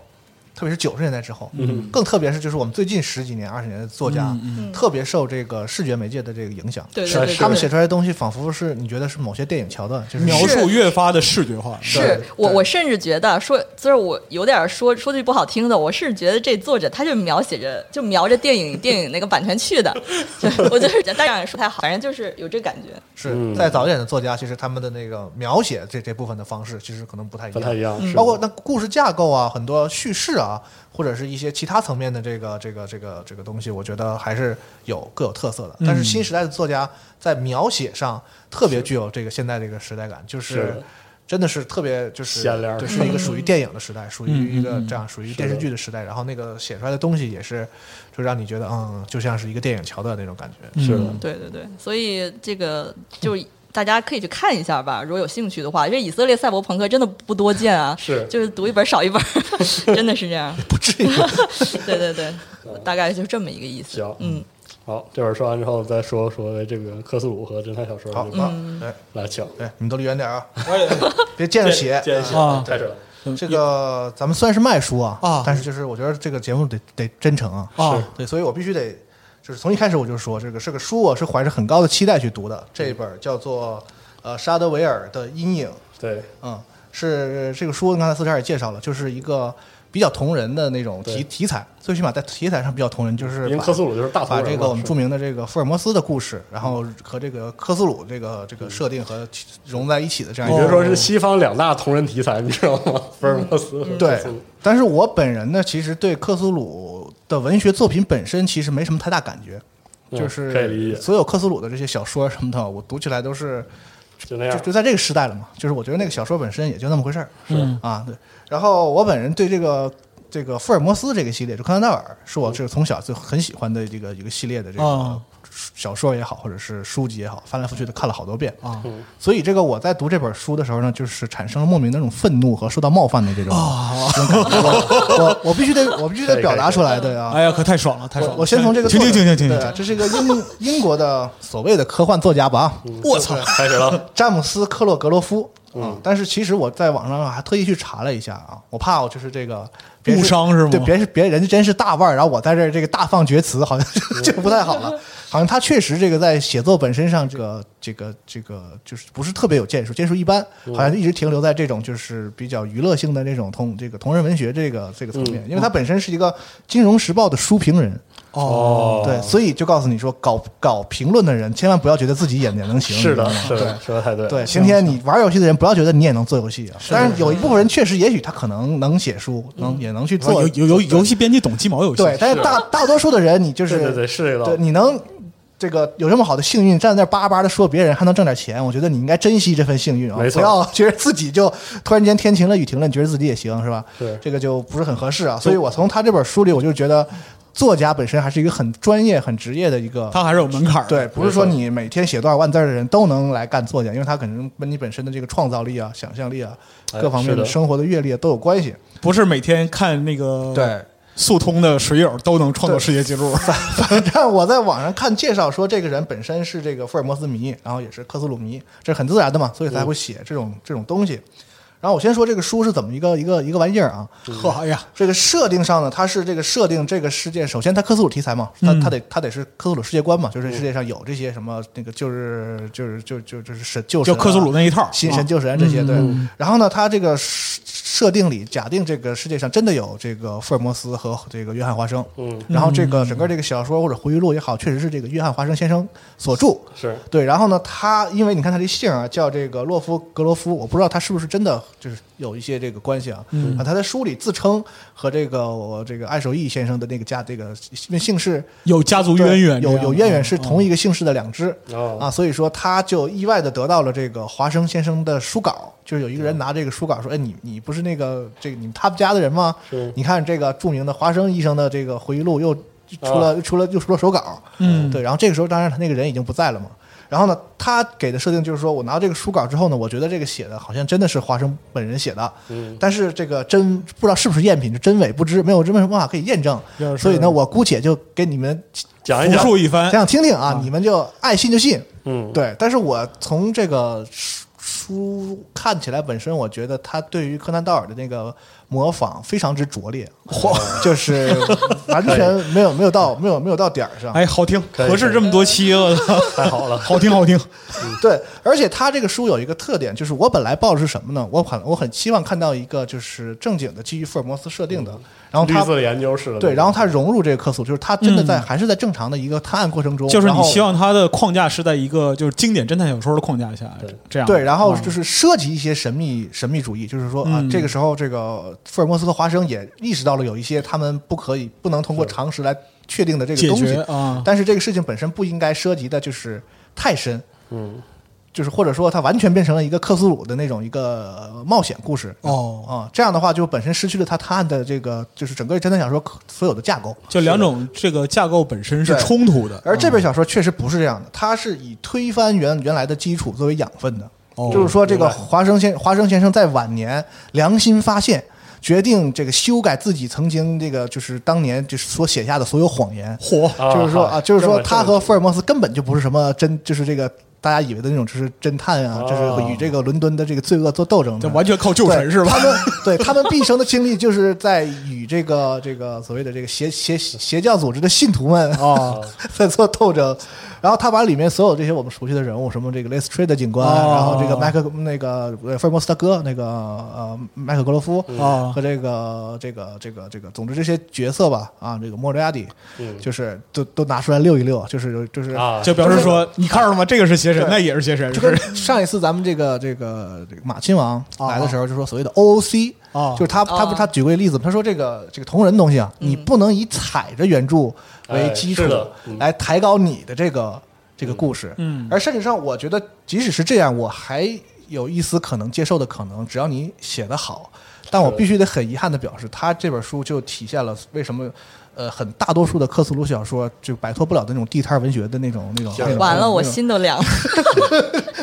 [SPEAKER 6] 特别是九十年代之后，
[SPEAKER 3] 嗯
[SPEAKER 6] 更特别是就是我们最近十几年、二十年的作家，
[SPEAKER 4] 嗯
[SPEAKER 6] 特别受这个视觉媒介的这个影响，
[SPEAKER 5] 对对
[SPEAKER 3] 是
[SPEAKER 5] 对
[SPEAKER 3] 是
[SPEAKER 5] 对，
[SPEAKER 6] 他们写出来的东西仿佛是你觉得是某些电影桥段，就是
[SPEAKER 4] 描述越发的视觉化。
[SPEAKER 5] 是我，我甚至觉得说，就是我有点说说句不好听的，我是觉得这作者他就描写着就瞄着电影电影那个版权去的， 就我就是当然也说不太好，反正就是有这感觉。
[SPEAKER 6] 是
[SPEAKER 3] 嗯
[SPEAKER 6] 再早一点的作家，其实他们的那个描写这这部分的方式，其实可能不太一
[SPEAKER 3] 不太一
[SPEAKER 6] 样。嗯
[SPEAKER 3] 样，是
[SPEAKER 6] 包括那故事架构啊，很多叙事啊，或者是一些其他层面的这个这个这个这个东西，我觉得还是有各有特色
[SPEAKER 3] 嗯
[SPEAKER 6] 的。但是新时代的作家在描写上特别具有这个现代这个时代感，就是
[SPEAKER 3] 是
[SPEAKER 6] 真的是特别就是
[SPEAKER 3] 鲜亮
[SPEAKER 6] 对，是一个 属于电影的时代，属于一个
[SPEAKER 4] 嗯嗯嗯
[SPEAKER 6] 这样属于
[SPEAKER 3] 是
[SPEAKER 6] 电视
[SPEAKER 3] 的
[SPEAKER 6] 剧的时代。然后那个写出来的东西也是，就让你觉得嗯，就像是一个电影桥段那种感觉。
[SPEAKER 3] 是
[SPEAKER 4] 嗯
[SPEAKER 3] 的，
[SPEAKER 5] 对对对，所以这个就大家可以去看一下吧，如果有兴趣的话，这以色列赛博朋克真的不多见啊，
[SPEAKER 3] 是
[SPEAKER 5] 就是读一本少一本， 真的是这样。
[SPEAKER 6] 不至于，
[SPEAKER 5] 对对对，大概就这么一个意思。
[SPEAKER 3] 行
[SPEAKER 5] 嗯，
[SPEAKER 3] 好，这会儿说完之后再说说这个科斯鲁和侦探小说
[SPEAKER 6] 好，嗯
[SPEAKER 3] 这个
[SPEAKER 6] 好，对
[SPEAKER 3] 来请
[SPEAKER 6] 对，你们都离远点啊， 别溅着血。
[SPEAKER 3] 见一下
[SPEAKER 4] 啊，
[SPEAKER 3] 开始了，
[SPEAKER 6] 这个咱们虽然是卖书啊，
[SPEAKER 4] 啊
[SPEAKER 6] 但是就是我觉得这个节目得得真诚啊，
[SPEAKER 4] 啊，
[SPEAKER 6] 对，所以我必须得就是从一开始我就说这个是个书，我是怀着很高的期待去读的。这本叫做呃沙德维尔的阴影，
[SPEAKER 3] 对，
[SPEAKER 6] 嗯，是这个书刚才四十二也介绍了，就是一个比较同人的那种题
[SPEAKER 3] 对
[SPEAKER 6] 题材，最起码在题材上比较同人，就是
[SPEAKER 3] 因为
[SPEAKER 6] 把
[SPEAKER 3] 科苏鲁就是大
[SPEAKER 6] 把
[SPEAKER 3] 同人
[SPEAKER 6] 这
[SPEAKER 3] 嘛
[SPEAKER 6] 个我们
[SPEAKER 3] 是
[SPEAKER 6] 著名的这个福尔摩斯的故事，然后和这个科斯鲁这个这个设定和其融在一起的这样一
[SPEAKER 3] 你
[SPEAKER 6] 个。
[SPEAKER 3] 别说是西方两大同人题材，你知道吗？福尔摩斯和
[SPEAKER 6] 对
[SPEAKER 3] 科苏鲁，
[SPEAKER 6] 但是我本人呢，其实对克苏鲁的文学作品本身其实没什么太大感觉，
[SPEAKER 3] 嗯
[SPEAKER 6] 就是
[SPEAKER 3] 可以理解
[SPEAKER 6] 所有克苏鲁的这些小说什么的，我读起来都是
[SPEAKER 3] 就那
[SPEAKER 6] 就
[SPEAKER 3] 样，
[SPEAKER 6] 就在这个时代了嘛，就是我觉得那个小说本身也就那么回事儿，啊对。然后我本人对这个这个福尔摩斯这个系列，就柯南道尔，是我这个从小就很喜欢的这个一个系列的这个
[SPEAKER 4] 哦
[SPEAKER 6] 小说也好，或者是书籍也好，翻来覆去的看了好多遍
[SPEAKER 4] 啊
[SPEAKER 6] 所以这个我在读这本书的时候呢，就是产生了莫名的那种愤怒和受到冒犯的这种
[SPEAKER 4] 哦
[SPEAKER 6] 这种感觉。我 我我必须得我必须得表达出来，对啊。
[SPEAKER 4] 哎呀，可太爽了，太爽
[SPEAKER 6] 我
[SPEAKER 4] 了！
[SPEAKER 6] 我先从这个
[SPEAKER 4] 停
[SPEAKER 6] 作
[SPEAKER 4] 停
[SPEAKER 6] 者
[SPEAKER 4] 停停停
[SPEAKER 6] 对啊
[SPEAKER 4] 停，
[SPEAKER 6] 这是一个英英国的所谓的科幻作家吧啊，
[SPEAKER 4] 我操！
[SPEAKER 3] 嗯开始了，嗯
[SPEAKER 6] 詹姆斯·克洛格罗夫啊。但是其实我在网上还特意去查了一下啊，我怕我就是这个别
[SPEAKER 4] 误伤是吗
[SPEAKER 6] 对，别是别人家真是大腕儿，然后我在这儿这个大放厥词，好像 就不太好了。好像他确实这个在写作本身上，这个这个这个就是不是特别有建树，建树一般，好像一直停留在这种就是比较娱乐性的这种同这个同人文学这个这个层面，因为他本身是一个《金融时报》的书评人。
[SPEAKER 4] 哦，
[SPEAKER 6] 对，所以就告诉你说，搞搞评论的人千万不要觉得自己眼睛能行。
[SPEAKER 3] 是的，
[SPEAKER 6] 你知道
[SPEAKER 3] 是
[SPEAKER 6] 吗对
[SPEAKER 3] 的，说的太对，
[SPEAKER 6] 对，今天你玩游戏的人不要觉得你也能做游戏啊。但是有一部分人确实，也许他可能能写书，能也能去做
[SPEAKER 4] 有有有游戏编辑懂鸡毛游戏，
[SPEAKER 6] 对，但是大大多数的人，你就是
[SPEAKER 3] 对对对，是这个道
[SPEAKER 6] 对
[SPEAKER 3] 理，
[SPEAKER 6] 你能这个有这么好的幸运，站在那儿叭叭的说别人还能挣点钱，我觉得你应该珍惜这份幸运啊，
[SPEAKER 3] 没
[SPEAKER 6] 不
[SPEAKER 3] 错
[SPEAKER 6] 要觉得自己就突然间天晴了雨停了，你觉得自己也行是吧？
[SPEAKER 3] 对
[SPEAKER 6] 这个就不是很合适啊。所以我从他这本书里，我就觉得作家本身还是一个很专业、很职业的一个
[SPEAKER 4] 他还是有门槛儿的。
[SPEAKER 6] 啊对，不是说你每天写多少万字儿的人都能来干作家，因为他可能跟你本身的这个创造力啊、想象力啊，
[SPEAKER 3] 哎
[SPEAKER 6] 各方面
[SPEAKER 3] 是
[SPEAKER 6] 的
[SPEAKER 3] 的
[SPEAKER 6] 生活的阅历啊都有关系。
[SPEAKER 4] 不是每天看那个
[SPEAKER 6] 对，
[SPEAKER 4] 速通的水友都能创造世界纪 录。
[SPEAKER 6] 反正我在网上看介绍说，这个人本身是这个福尔摩斯迷，然后也是克苏鲁迷，这是很自然的嘛，所以才会写这种、这种东西。然后我先说这个书是怎么一个一个一个玩意儿啊，
[SPEAKER 4] 呵，哎呀，
[SPEAKER 6] 这个设定上呢，它是这个设定这个世界，首先它科苏鲁题材嘛，
[SPEAKER 4] 嗯
[SPEAKER 6] 它它得它得是科苏鲁世界观嘛，就是世界上有这些什么那个就是就是就就就是神旧神
[SPEAKER 4] 就
[SPEAKER 6] 啊
[SPEAKER 4] 克苏鲁那一套
[SPEAKER 6] 新
[SPEAKER 4] 啊
[SPEAKER 6] 神旧神这些
[SPEAKER 4] 嗯
[SPEAKER 6] 对
[SPEAKER 4] 嗯。
[SPEAKER 6] 然后呢，它这个设设定里假定这个世界上真的有这个福尔摩斯和这个约翰华生，
[SPEAKER 3] 嗯，
[SPEAKER 6] 然后这个整个这个小说或者回忆录也好，确实是这个约翰华生先生所著，
[SPEAKER 3] 是
[SPEAKER 6] 对，然后呢，他因为你看他这姓啊，叫这个洛夫格罗夫，我不知道他是不是真的就是有一些这个关系啊。嗯、啊，他在书里自称和这个我这个艾守义先生的那个家这个因为姓氏
[SPEAKER 4] 有家族
[SPEAKER 6] 对
[SPEAKER 4] 渊源，嗯
[SPEAKER 6] 有有渊源是同
[SPEAKER 4] 一
[SPEAKER 6] 一个姓氏的两支、
[SPEAKER 3] 哦
[SPEAKER 6] 啊，所以说他就意外的得到了这个华生先生的书稿，就是有一个人拿这个书稿说，哎，你你不是那个这个你们他们家的人吗？
[SPEAKER 3] 是
[SPEAKER 6] 你看这个著名的华生医生的这个回忆录又出了、出了又出了手稿，
[SPEAKER 4] 嗯
[SPEAKER 6] 对，然后这个时候当然他那个人已经不在了嘛。然后呢，他给的设定就是说我拿到这个书稿之后呢，我觉得这个写的好像真的是华生本人写的，
[SPEAKER 3] 嗯
[SPEAKER 6] 但是这个真不知道是不是赝品，真伪不知，没有这么办法可以验证
[SPEAKER 4] 要。是哎
[SPEAKER 6] 所以呢，我姑且就给你们
[SPEAKER 3] 讲一
[SPEAKER 4] 复
[SPEAKER 3] 讲，
[SPEAKER 4] 述一番
[SPEAKER 6] 想，想听听啊，你们就爱信就信。
[SPEAKER 3] 嗯，
[SPEAKER 6] 对，但是我从这个书书看起来本身，我觉得他对于柯南道尔的那个模仿非常之 拙劣，就是完全没有没有到没有没有到点儿上。
[SPEAKER 4] 哎，好听，
[SPEAKER 3] 可以
[SPEAKER 4] 合适这么多期 了，
[SPEAKER 3] 太好了，
[SPEAKER 4] 好听好听。
[SPEAKER 6] 对，而且他这个书有一个特点，就是我本来抱的是什么呢？我很我很期望看到一个就是正经的基于福尔摩斯设
[SPEAKER 4] 嗯
[SPEAKER 6] 定的，然后
[SPEAKER 3] 绿
[SPEAKER 6] 他
[SPEAKER 3] 色研究室的那个，
[SPEAKER 6] 对，然后他融入这个科索，就是他真的在、
[SPEAKER 4] 嗯
[SPEAKER 6] 还是在正常的一个探案过程中，
[SPEAKER 4] 就是
[SPEAKER 6] 然
[SPEAKER 4] 你
[SPEAKER 6] 后
[SPEAKER 4] 希望它的框架是在一个就是经典侦探小说的框架下
[SPEAKER 3] 对，
[SPEAKER 4] 这样
[SPEAKER 6] 对，然后就是是涉及一些神秘神秘主义，就是说啊
[SPEAKER 4] 嗯，
[SPEAKER 6] 这个时候这个福尔摩斯和华生也意识到了有一些他们不可以不能通过常识来确定的这个
[SPEAKER 4] 解
[SPEAKER 6] 东
[SPEAKER 4] 决
[SPEAKER 6] 西，
[SPEAKER 4] 啊，
[SPEAKER 6] 但是这个事情本身不应该涉及的就是太深，
[SPEAKER 3] 嗯，
[SPEAKER 6] 就是或者说它完全变成了一个克苏鲁的那种一个呃冒险故事
[SPEAKER 4] 哦，
[SPEAKER 6] 啊，这样的话就本身失去了它探案的这个就是整个侦探小说可所有的架构。
[SPEAKER 4] 就两种这个架构本身是
[SPEAKER 6] 对
[SPEAKER 4] 冲突的，嗯
[SPEAKER 6] 而这本小说确实不是这样的，它是以推翻原原来的基础作为养分的。
[SPEAKER 4] 哦
[SPEAKER 6] 就是说，这个
[SPEAKER 3] 明白
[SPEAKER 6] 华生先华生先生在晚年良心发现，决定这个修改自己曾经这个就是当年就是所写下的所有谎言。
[SPEAKER 4] 火
[SPEAKER 3] 啊
[SPEAKER 6] 就是说
[SPEAKER 3] 好
[SPEAKER 6] 啊，就是
[SPEAKER 3] 这
[SPEAKER 6] 说
[SPEAKER 3] 么
[SPEAKER 6] 他
[SPEAKER 3] 这么
[SPEAKER 6] 和福尔摩斯根本就不是什么真，就是这个大家以为的那种就是侦探啊，
[SPEAKER 3] 哦
[SPEAKER 6] 就是与这个伦敦的这个罪恶做斗争
[SPEAKER 4] 这
[SPEAKER 6] 的。
[SPEAKER 4] 完全靠旧
[SPEAKER 6] 对
[SPEAKER 4] 神是吧？
[SPEAKER 6] 他们对他们毕生的经历，就是在与这个这个所谓的这个邪邪邪教组织的信徒们啊 在做斗争。然后他把里面所有这些我们熟悉的人物，什么这个 Les t r a d 警官，
[SPEAKER 4] 哦
[SPEAKER 6] 然后这个麦克那个呃福尔摩斯他哥那个呃麦克格罗夫、
[SPEAKER 4] 哦
[SPEAKER 6] 和这个这个这个这个，总之这些角色吧啊，这个莫瑞亚蒂，
[SPEAKER 3] 嗯
[SPEAKER 6] 就是都都拿出来溜一溜，就是就是
[SPEAKER 3] 啊，
[SPEAKER 4] 就表示说，你看着了吗？这个是邪神，
[SPEAKER 6] 对
[SPEAKER 4] 那也是邪神，
[SPEAKER 6] 就是跟上一次咱们这个这个这个马亲王
[SPEAKER 4] 啊
[SPEAKER 6] 来的时候，就说所谓的 OOC，、
[SPEAKER 3] 哦
[SPEAKER 4] 啊
[SPEAKER 6] 就是他他不
[SPEAKER 5] 啊
[SPEAKER 6] 他举过一个例子吗，他说这个这个同人东西啊，你不能以踩着原著为基础
[SPEAKER 3] 哎是的嗯
[SPEAKER 6] 来抬高你的这个这个故事，
[SPEAKER 4] 嗯
[SPEAKER 6] 而甚至上我觉得即使是这样，我还有一丝可能接受的可能，只要你写得好。但我
[SPEAKER 3] 是
[SPEAKER 6] 必须得很遗憾的表示，他这本书就体现了为什么，呃，很大多数的克苏鲁小说就摆脱不了那种地摊文学的那种哎那种。那种
[SPEAKER 5] 完了，我
[SPEAKER 6] 那种
[SPEAKER 5] 心都凉了。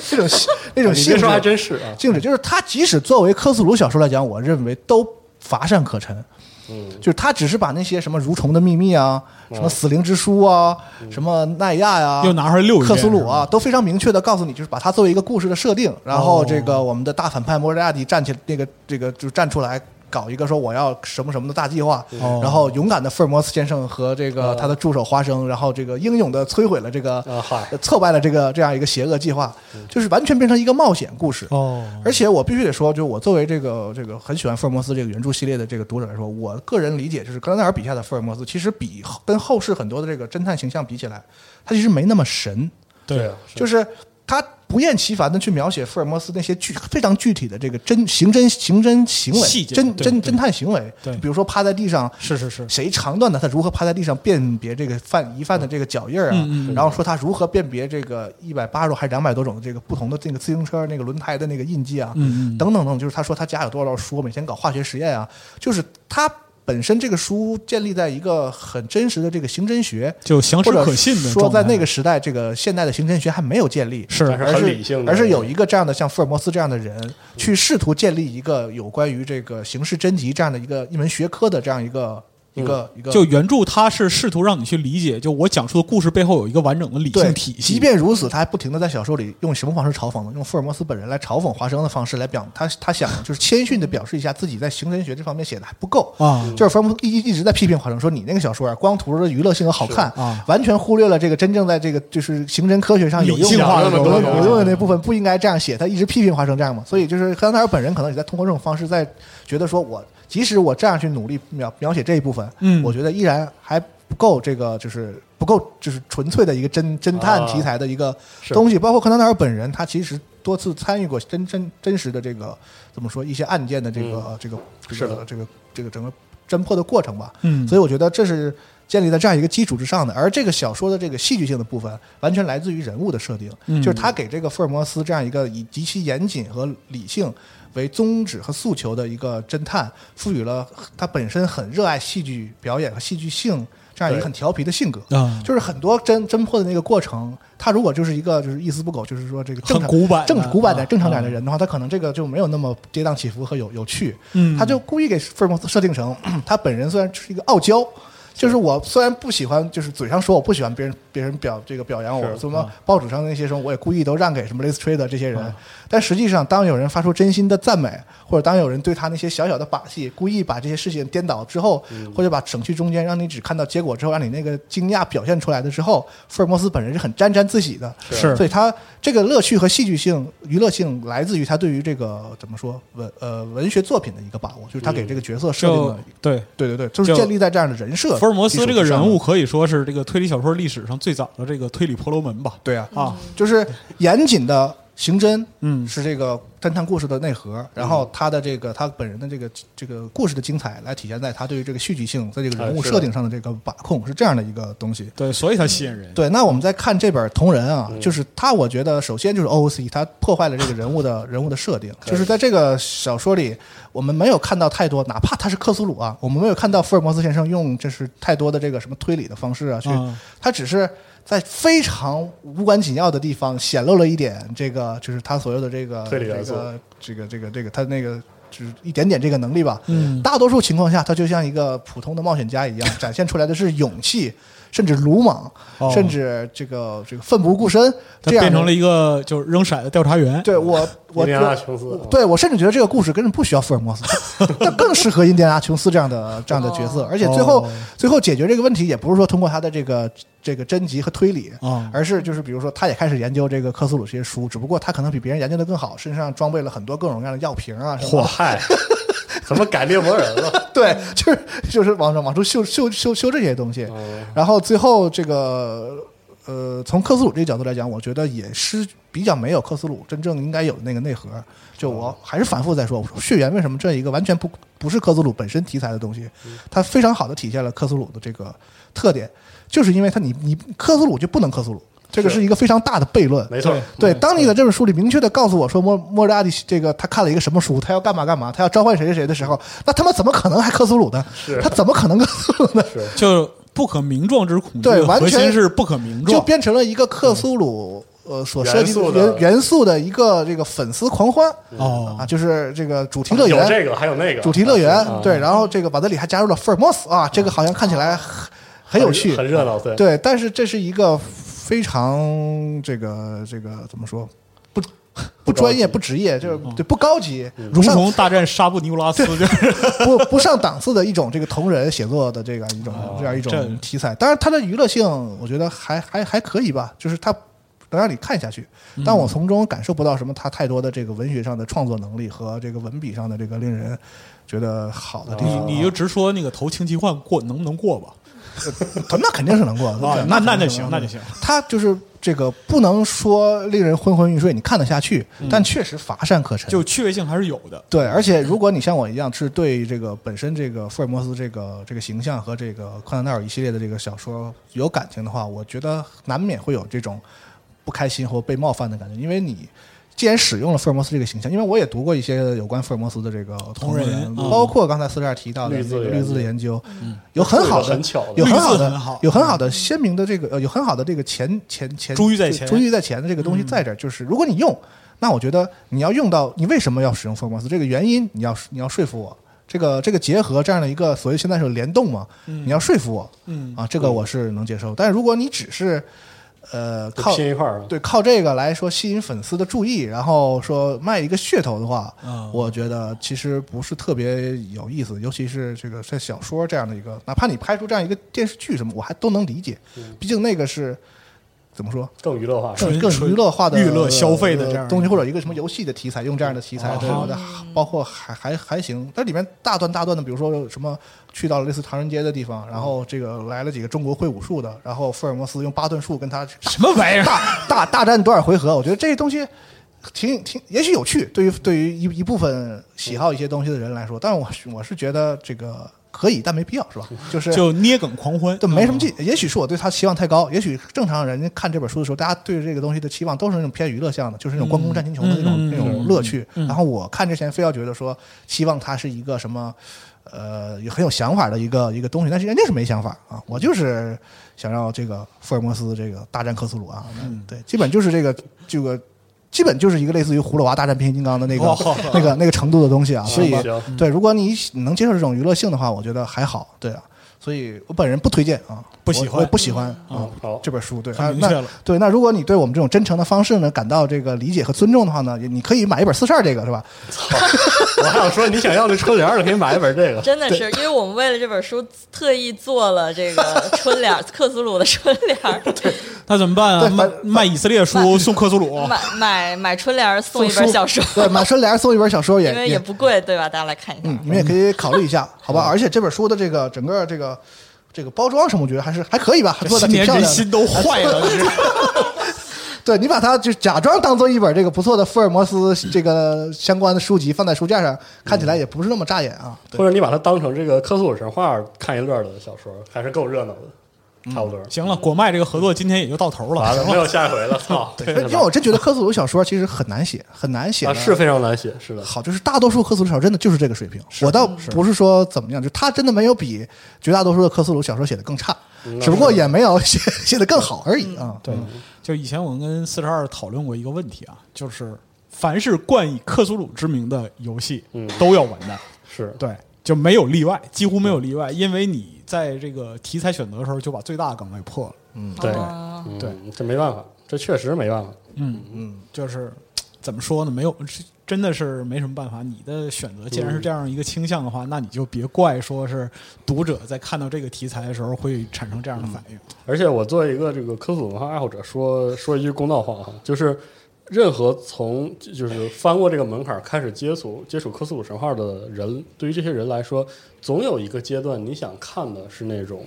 [SPEAKER 6] 这种性那种
[SPEAKER 3] 你
[SPEAKER 6] 性
[SPEAKER 3] 别
[SPEAKER 6] 质
[SPEAKER 3] 说，还真是啊，
[SPEAKER 6] 性质就是它即使作为科斯鲁小说来讲，我认为都乏善可陈。
[SPEAKER 3] 嗯，
[SPEAKER 6] 就是它只是把那些什么《蠕虫的秘密》啊、什么《死灵之书》啊、什么奈亚呀、
[SPEAKER 4] 嗯又拿出来溜一遍
[SPEAKER 6] 克苏鲁啊，都非常明确的告诉你，就是把它作为一个故事的设定，然后
[SPEAKER 4] 哦
[SPEAKER 6] 这个我们的大反派莫瑞亚蒂站起那个这个就站出来。搞一个说我要什么什么的大计划，
[SPEAKER 3] 嗯
[SPEAKER 4] 哦
[SPEAKER 6] 然后勇敢的福尔摩斯先生和这个
[SPEAKER 3] 哦
[SPEAKER 6] 他的助手花生，然后这个英勇的摧毁了这个呃
[SPEAKER 3] 啊嗨，嗯
[SPEAKER 6] 挫败了这个这样一个邪恶计划，就是完全变成一个冒险故事。
[SPEAKER 4] 哦，
[SPEAKER 6] 而且我必须得说，就我作为这个这个很喜欢福尔摩斯这个原著系列的这个读者来说，我个人理解就是格兰戴尔笔下的福尔摩斯，其实比跟后世很多的这个侦探形象比起来，他其实没那么神，
[SPEAKER 3] 对
[SPEAKER 4] 对
[SPEAKER 3] 啊，，
[SPEAKER 6] 就是他不厌其烦的去描写福尔摩斯那些具非常具体的这个真刑侦刑侦行为，
[SPEAKER 4] 细节
[SPEAKER 6] 真
[SPEAKER 4] 对
[SPEAKER 6] 真
[SPEAKER 4] 对
[SPEAKER 6] 侦探行为，
[SPEAKER 4] 对
[SPEAKER 6] 比如说趴在地上
[SPEAKER 4] 是是是，
[SPEAKER 6] 谁长断的，他如何趴在地上辨别这个犯疑犯的这个脚印儿啊？
[SPEAKER 4] 嗯嗯嗯
[SPEAKER 6] 然后说他如何辨别这个一百八十种还是两百多种的这个不同的这个自行车那个轮胎的那个印记啊？
[SPEAKER 4] 嗯嗯
[SPEAKER 6] 等等等，就是他说他家有多少书，每天搞化学实验啊，就是他本身这个书建立在一个很真实的这个刑侦学。
[SPEAKER 4] 就详实
[SPEAKER 6] 或者
[SPEAKER 4] 可信的
[SPEAKER 6] 说，
[SPEAKER 4] 状态
[SPEAKER 6] 在那个时代，这个现代的刑侦学还没有建立，
[SPEAKER 4] 是
[SPEAKER 3] 但是
[SPEAKER 6] 而
[SPEAKER 3] 很
[SPEAKER 6] 是
[SPEAKER 3] 理性的，
[SPEAKER 6] 而是有一个这样的像福尔摩斯这样的人，去试图建立一个有关于这个刑事侦缉这样的一个一门学科的这样一个、
[SPEAKER 3] 嗯
[SPEAKER 6] 一个一个
[SPEAKER 4] 就原著它是试图让你去理解，就我讲述的故事背后有一个完整的理
[SPEAKER 6] 对
[SPEAKER 4] 性体系，
[SPEAKER 6] 即便如此，他还不停的在小说里用什么方式嘲讽呢？用福尔摩斯本人来嘲讽华生的方式来表他他想就是谦逊的表示一下自己在刑侦学这方面写的还不够
[SPEAKER 4] 啊
[SPEAKER 6] 就是福尔摩斯一一直在批评华生说你那个小说啊，光图着娱乐性和好看
[SPEAKER 4] 是啊
[SPEAKER 6] 完全忽略了这个真正在这个就是刑侦科学上有
[SPEAKER 4] 理
[SPEAKER 6] 用
[SPEAKER 4] 性化的
[SPEAKER 6] 有
[SPEAKER 4] 东
[SPEAKER 6] 用
[SPEAKER 4] 西
[SPEAKER 6] 有用的那部分不应该这样写，他一直批评华生这样嘛，所以就是克兰戴尔本人可能也在通过这种方式在觉得说我即使我这样去努力描描写这一部分，
[SPEAKER 4] 嗯
[SPEAKER 6] 我觉得依然还不够这个就是不够就是纯粹的一个侦侦探
[SPEAKER 3] 啊
[SPEAKER 6] 题材的一个
[SPEAKER 3] 是
[SPEAKER 6] 东西，包括柯南道尔本人，他其实多次参与过真真真实的这个怎么说一些案件的这个、这个
[SPEAKER 3] 嗯
[SPEAKER 6] 这
[SPEAKER 3] 是
[SPEAKER 6] 个
[SPEAKER 3] 的
[SPEAKER 6] 这个这个整个侦破的过程吧，
[SPEAKER 4] 嗯
[SPEAKER 6] 所以我觉得这是建立在这样一个基础之上的，而这个小说的这个戏剧性的部分，完全来自于人物的设定，
[SPEAKER 4] 嗯
[SPEAKER 6] 就是他给这个福尔摩斯这样一个以极其严谨和理性为宗旨和诉求的一个侦探，赋予了他本身很热爱戏剧表演和戏剧性这样一个
[SPEAKER 3] 对
[SPEAKER 6] 很调皮的性格。
[SPEAKER 4] 啊
[SPEAKER 6] 就是很多侦侦破的那个过程，他如果就是一个就是一丝不苟，就是说这个正常
[SPEAKER 4] 很古板的
[SPEAKER 6] 正古板的
[SPEAKER 4] 啊
[SPEAKER 6] 正常点的人的话，他可能这个就没有那么跌宕起伏和有有趣。
[SPEAKER 4] 嗯
[SPEAKER 6] 他就故意给福尔摩斯设定成 他本人虽然是一个傲娇。就是我虽然不喜欢，就是嘴上说我不喜欢别人别人表这个表扬我，
[SPEAKER 3] 是
[SPEAKER 6] 什么报纸上的那些什么，我也故意都让给什么 Liz Trader 这些人，但实际上当有人发出真心的赞美，或者当有人对他那些小小的把戏，故意把这些事情颠倒之后，或者把省去中间，让你只看到结果之后，让你那个惊讶表现出来的之后，福尔摩斯本人是很沾沾自喜的，
[SPEAKER 4] 是
[SPEAKER 6] 所以他这个乐趣和戏剧性、娱乐性来自于他对于这个怎么说文呃文学作品的一个把握，就是他给这个角色设定
[SPEAKER 4] 就
[SPEAKER 3] 嗯
[SPEAKER 6] 了，
[SPEAKER 4] 对。
[SPEAKER 6] 对对对，就是
[SPEAKER 4] 就
[SPEAKER 6] 建立在这样的人设。
[SPEAKER 4] 福尔摩斯这个人物，可以说是这个推理小说历史上最早的这个推理婆罗门吧。
[SPEAKER 6] 对啊，
[SPEAKER 4] 啊，
[SPEAKER 6] 就是严谨的刑侦，
[SPEAKER 4] 嗯
[SPEAKER 6] 是这个侦探故事的内核，然后
[SPEAKER 3] 嗯
[SPEAKER 6] 他的这个他本人的这个这个故事的精彩，来体现在他对于这个戏剧性在这个人物
[SPEAKER 3] 哎是的
[SPEAKER 6] 设定上的这个把控，是这样的一个东西。
[SPEAKER 4] 对，所以他吸引人。
[SPEAKER 6] 对，那我们再看这本《同人》啊，
[SPEAKER 3] 嗯
[SPEAKER 6] 就是他，我觉得首先就是 OOC，他破坏了这个人物的 人物的设定，就是在这个小说里，我们没有看到太多，哪怕他是克苏鲁啊，我们没有看到福尔摩斯先生用就是太多的这个什么推理的方式啊，去，
[SPEAKER 4] 嗯
[SPEAKER 6] 他只是在非常无关紧要的地方显露了一点这个，就是他所有的这个
[SPEAKER 3] 推理元素
[SPEAKER 6] 这个这个这个这个他那个。就是一点点这个能力吧，
[SPEAKER 4] 嗯
[SPEAKER 6] 大多数情况下，他就像一个普通的冒险家一样，展现出来的是勇气，甚至鲁莽，
[SPEAKER 4] 哦
[SPEAKER 6] 甚至这个这个奋不顾身，
[SPEAKER 4] 他
[SPEAKER 6] 这样的
[SPEAKER 4] 变成了一个就是扔骰子调查员。
[SPEAKER 6] 对我我
[SPEAKER 3] 印第安纳琼斯
[SPEAKER 6] 我
[SPEAKER 3] 啊
[SPEAKER 6] 对我甚至觉得这个故事根本不需要福尔摩斯， 他更适合印第安纳琼斯这样的这样的角色，而且最后
[SPEAKER 4] 哦
[SPEAKER 6] 最后解决这个问题也不是说通过他的这个这个侦缉和推理
[SPEAKER 4] 哦，
[SPEAKER 6] 而是就是比如说他也开始研究这个克苏鲁这些书，只不过他可能比别人研究的更好，身上装备了很多各种各样的药瓶 啊什么的
[SPEAKER 3] 嚯嗨，怎么改猎魔人了？
[SPEAKER 6] 对，就是就是往上往出修修修修这些东
[SPEAKER 4] 哦
[SPEAKER 6] 西，然后最后这个呃，从克苏鲁这个角度来讲，我觉得也是比较没有克苏鲁真正应该有的那个内核。就
[SPEAKER 3] 嗯
[SPEAKER 6] 我还是反复在说，我说血缘为什么这一个完全不不是克苏鲁本身题材的东西，
[SPEAKER 3] 嗯
[SPEAKER 6] 它非常好的体现了克苏鲁的这个特点，就是因为它你你克苏鲁就不能克苏鲁。这个是一个非常大的悖论，
[SPEAKER 3] 没错，
[SPEAKER 6] 对，当你在这本书里明确的告诉我说莫莫扎蒂这个他看了一个什么书，他要干嘛干嘛，他要召唤谁谁谁的时候，那他妈怎么可能还克苏鲁呢？他怎么可能克苏鲁呢？
[SPEAKER 4] 就不可名状之恐惧，
[SPEAKER 6] 对完
[SPEAKER 4] 核心
[SPEAKER 6] 全
[SPEAKER 4] 是不可名
[SPEAKER 6] 就
[SPEAKER 4] 状。
[SPEAKER 6] 变成了一个克苏鲁呃所设计
[SPEAKER 3] 元素的
[SPEAKER 6] 元元素的一个这个粉丝狂欢
[SPEAKER 4] 哦
[SPEAKER 6] 啊，就是这个主题乐
[SPEAKER 3] 啊有
[SPEAKER 6] 园，
[SPEAKER 3] 这个，还有那个
[SPEAKER 6] 主题乐园
[SPEAKER 3] 啊
[SPEAKER 6] 对，然后这个瓦德里还加入了福尔摩斯啊，这个好像看起来很很有趣，
[SPEAKER 3] 很热闹，对，
[SPEAKER 6] 对，但是这是一个非常这个这个怎么说不不专业、不职业，就是
[SPEAKER 3] 嗯
[SPEAKER 6] 对不高级，
[SPEAKER 4] 如
[SPEAKER 6] 不上
[SPEAKER 4] 同大战沙布尼乌拉斯，就是
[SPEAKER 6] 不不上档次的一种这个同人写作的这个一种这样一
[SPEAKER 4] 哦这
[SPEAKER 6] 种题材。当然，它的娱乐性我觉得还还还可以吧，就是它能让你看下去，
[SPEAKER 4] 嗯
[SPEAKER 6] 但我从中感受不到什么它太多的这个文学上的创作能力和这个文笔上的这个令人觉得好的地
[SPEAKER 4] 你
[SPEAKER 6] 方。
[SPEAKER 4] 你就直说那个投氢气换过能不能过吧？
[SPEAKER 6] 那肯定是能过，
[SPEAKER 4] 啊
[SPEAKER 6] 对，
[SPEAKER 4] 那那
[SPEAKER 6] 肯定
[SPEAKER 4] 就是行，
[SPEAKER 6] 能过
[SPEAKER 4] 那就行。
[SPEAKER 6] 他就是这个不能说令人昏昏欲睡，你看得下去，但确实乏善可陈。
[SPEAKER 4] 嗯就趣味性还是有的。
[SPEAKER 6] 对，而且如果你像我一样，是对这个本身这个呃福尔摩斯这个这个形象和这个柯南道尔一系列的这个小说有感情的话，我觉得难免会有这种不开心或被冒犯的感觉，因为你。既然使用了福尔摩斯这个形象，因为我也读过一些有关福尔摩斯的这个同
[SPEAKER 4] 人
[SPEAKER 6] 人，嗯
[SPEAKER 4] 嗯
[SPEAKER 6] 包括刚才四十二提到的
[SPEAKER 3] 绿字
[SPEAKER 6] 这个
[SPEAKER 3] 的研
[SPEAKER 6] 绿字的
[SPEAKER 3] 究
[SPEAKER 6] 研究，有很好的
[SPEAKER 3] 很巧的，
[SPEAKER 6] 有很好
[SPEAKER 4] 绿色
[SPEAKER 6] 的
[SPEAKER 4] 很好
[SPEAKER 6] 有很好的鲜明的这个呃有很好的这个前前前
[SPEAKER 4] 珠玉在前
[SPEAKER 6] 珠玉在前的这个东
[SPEAKER 4] 嗯
[SPEAKER 6] 西在这儿，就是如果你用，那我觉得你要用到你为什么要使用福尔摩斯这个原因，你要你要说服我。这个这个结合这样的一个所谓现在是联动嘛，你要说服我，
[SPEAKER 4] 嗯
[SPEAKER 6] 啊，这个我是能接受。但是如果你只是，呃，
[SPEAKER 3] 就
[SPEAKER 6] 靠
[SPEAKER 3] 拼一块儿，
[SPEAKER 6] 对，靠这个来说吸引粉丝的注意，然后说卖一个噱头的话，
[SPEAKER 4] 嗯
[SPEAKER 6] 我觉得其实不是特别有意思，尤其是这个在小说这样的一个，哪怕你拍出这样一个电视剧什么，我还都能理解，毕竟那个是怎么说？
[SPEAKER 3] 更娱乐化，
[SPEAKER 6] 更
[SPEAKER 4] 纯
[SPEAKER 6] 更
[SPEAKER 4] 纯
[SPEAKER 6] 娱乐化的
[SPEAKER 4] 娱乐消费的这样的
[SPEAKER 6] 东西，或者一个什么游戏的题材，用这样的题材，对
[SPEAKER 4] 哦
[SPEAKER 6] 我觉得包括还还还行。但里面大段大段的，比如说什么去到了类似唐人街的地方，然后这个来了几个中国会武术的，然后福尔摩斯用八段术跟他
[SPEAKER 4] 什么玩意儿？
[SPEAKER 6] 大 大大战多少回合？我觉得这些东西挺挺，也许有趣，对于对于一一部分喜好一些东西的人来说，但是我是我是觉得这个可以，但没必要，是吧？就是
[SPEAKER 4] 就捏梗狂欢，嗯
[SPEAKER 6] 对，没什么
[SPEAKER 4] 劲。
[SPEAKER 6] 劲。也许是我对他期望太高，也许正常人家看这本书的时候，大家对这个东西的期望都是那种偏娱乐向的，就是那种关公战秦琼的那种、
[SPEAKER 4] 嗯嗯
[SPEAKER 6] 那
[SPEAKER 4] 嗯
[SPEAKER 6] 种乐趣。
[SPEAKER 4] 嗯
[SPEAKER 6] 然后我看之前非要觉得说，希望他是一个什么，呃，有很有想法的一个一个东西，但是人家是没想法啊，我就是想要这个福尔摩斯这个大战克苏鲁啊，
[SPEAKER 4] 嗯
[SPEAKER 6] 对，基本就是这个这个。基本就是一个类似于葫芦娃大战变形金刚的那个、
[SPEAKER 4] 哦
[SPEAKER 6] 那个那个程度的东西啊，所以
[SPEAKER 3] 行吧
[SPEAKER 6] 对，如果你喜能接受这种娱乐性的话，我觉得还好，对啊。所以我本人不推荐啊，
[SPEAKER 4] 不喜欢
[SPEAKER 6] 我我也不喜欢啊
[SPEAKER 3] 嗯好
[SPEAKER 6] 这本书，对，
[SPEAKER 4] 很
[SPEAKER 6] 啊
[SPEAKER 4] 明
[SPEAKER 6] 那
[SPEAKER 4] 确了
[SPEAKER 6] 对，那如果你对我们这种真诚的方式呢感到这个理解和尊重的话呢，也你可以买一本四十二这个是吧？
[SPEAKER 3] 我还想说你想要那春联儿，可以买一本这个。
[SPEAKER 5] 真的是，因为我们为了这本书特意做了这个春联儿，克苏鲁的春联儿，
[SPEAKER 4] 那怎么办啊？
[SPEAKER 6] 对
[SPEAKER 4] 卖
[SPEAKER 6] 反
[SPEAKER 4] 卖以色列书送克苏鲁，
[SPEAKER 5] 买买买春联儿送一本小说，
[SPEAKER 6] 对，买春联送一本小说也
[SPEAKER 5] 因为也不贵，对吧？大家来看一
[SPEAKER 6] 嗯
[SPEAKER 5] 下，，
[SPEAKER 6] 你们也可以考虑一下，
[SPEAKER 4] 嗯
[SPEAKER 6] 好吧？而且这本书的这个整个这个这个包装什么，我觉得还是还可以吧，做的
[SPEAKER 4] 新年
[SPEAKER 6] 挺漂
[SPEAKER 4] 人
[SPEAKER 6] 亮的。
[SPEAKER 4] 心都坏了，这是
[SPEAKER 6] 对你把它就假装当做一本这个不错的福尔摩斯这个相关的书籍放在书架上，看
[SPEAKER 4] 嗯
[SPEAKER 6] 起来也不是那么扎眼啊。 对
[SPEAKER 3] 或者你把它当成这个科苏鲁神话看一乐儿的小说，还是够热闹
[SPEAKER 6] 嗯
[SPEAKER 3] 的，差不多。
[SPEAKER 4] 行了，果麦这个合作今天也就到头了。
[SPEAKER 3] 完
[SPEAKER 4] 行
[SPEAKER 3] 了，
[SPEAKER 4] 了
[SPEAKER 3] 没有下一回了， 操！
[SPEAKER 6] 因为因为我真觉得科苏鲁小说其实很难写，很难写
[SPEAKER 3] 啊，
[SPEAKER 6] 的
[SPEAKER 3] 是非常难写，是的。
[SPEAKER 6] 好，就是大多数科苏鲁小说真的就是这个水平。我倒不是说怎么样，就他真的没有比绝大多数的科苏鲁小说写的更差，
[SPEAKER 3] 嗯
[SPEAKER 6] 只不过也没有写写的更好而已啊。
[SPEAKER 4] 对，就以前我跟四十二讨论过一个问题啊，就是凡是冠以克苏鲁之名的游戏
[SPEAKER 3] 嗯
[SPEAKER 4] 都要完 蛋，
[SPEAKER 3] 是
[SPEAKER 4] 对，就没有例外，几乎没有例外，因为你在这个题材选择的时候就把最大的梗给破了。
[SPEAKER 3] 对
[SPEAKER 5] 哦
[SPEAKER 3] 嗯
[SPEAKER 4] 对
[SPEAKER 3] 这没办法，这确实没办法。
[SPEAKER 4] 嗯嗯，就是怎么说呢？没有，这真的是没什么办法。你的选择既然是这样一个倾向的话，那你就别怪说是读者在看到这个题材的时候会产生这样的反应。
[SPEAKER 3] 而且我作为一个这个科普文化爱好者，说说一句公道话哈，就是任何从就是翻过这个门槛儿开始接触接触科苏鲁神话的人，对于这些人来说，总有一个阶段，你想看的是那种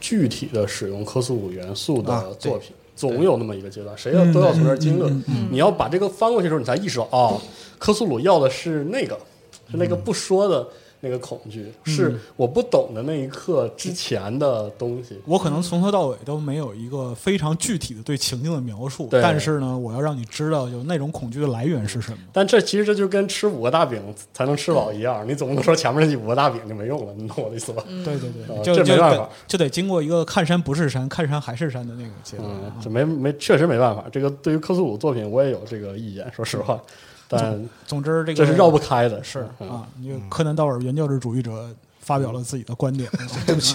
[SPEAKER 3] 具体的使用科苏鲁元素
[SPEAKER 6] 啊
[SPEAKER 3] 的
[SPEAKER 6] 对嗯
[SPEAKER 3] 作品。总有那么一个阶段，谁要都要从这儿经历。你要把这个翻过去的时候，你才意识到，哦，科苏鲁要的是那个，
[SPEAKER 6] 嗯
[SPEAKER 3] 是那个不说的那个恐惧，是我不懂的那一刻之前的东西。
[SPEAKER 4] 我可能从头到尾都没有一个非常具体的对情境的描述，
[SPEAKER 3] 对
[SPEAKER 4] 但是呢，我要让你知道，就那种恐惧的来源是什么。
[SPEAKER 3] 但这其实这就跟吃五个大饼才能吃饱一
[SPEAKER 4] 嗯
[SPEAKER 3] 样，你总不能说前面那五个大饼就没用了，你懂我的意思吧？
[SPEAKER 4] 对对对，
[SPEAKER 3] 啊
[SPEAKER 4] 就
[SPEAKER 3] 这
[SPEAKER 4] 就
[SPEAKER 3] 没办法
[SPEAKER 4] 得就得经过一个看山不是山，看山还是山的那个阶段
[SPEAKER 3] 嗯
[SPEAKER 4] 啊。，
[SPEAKER 3] 这没没确实没办法。这个对于科苏鲁作品，我也有这个意见，说实话，但
[SPEAKER 4] 总之，嗯这个
[SPEAKER 3] 这是绕不开的。
[SPEAKER 4] 是
[SPEAKER 3] 嗯
[SPEAKER 4] 啊，因为柯南道尔原教旨主义者发表了自己的观点。
[SPEAKER 3] 嗯
[SPEAKER 4] 对不起，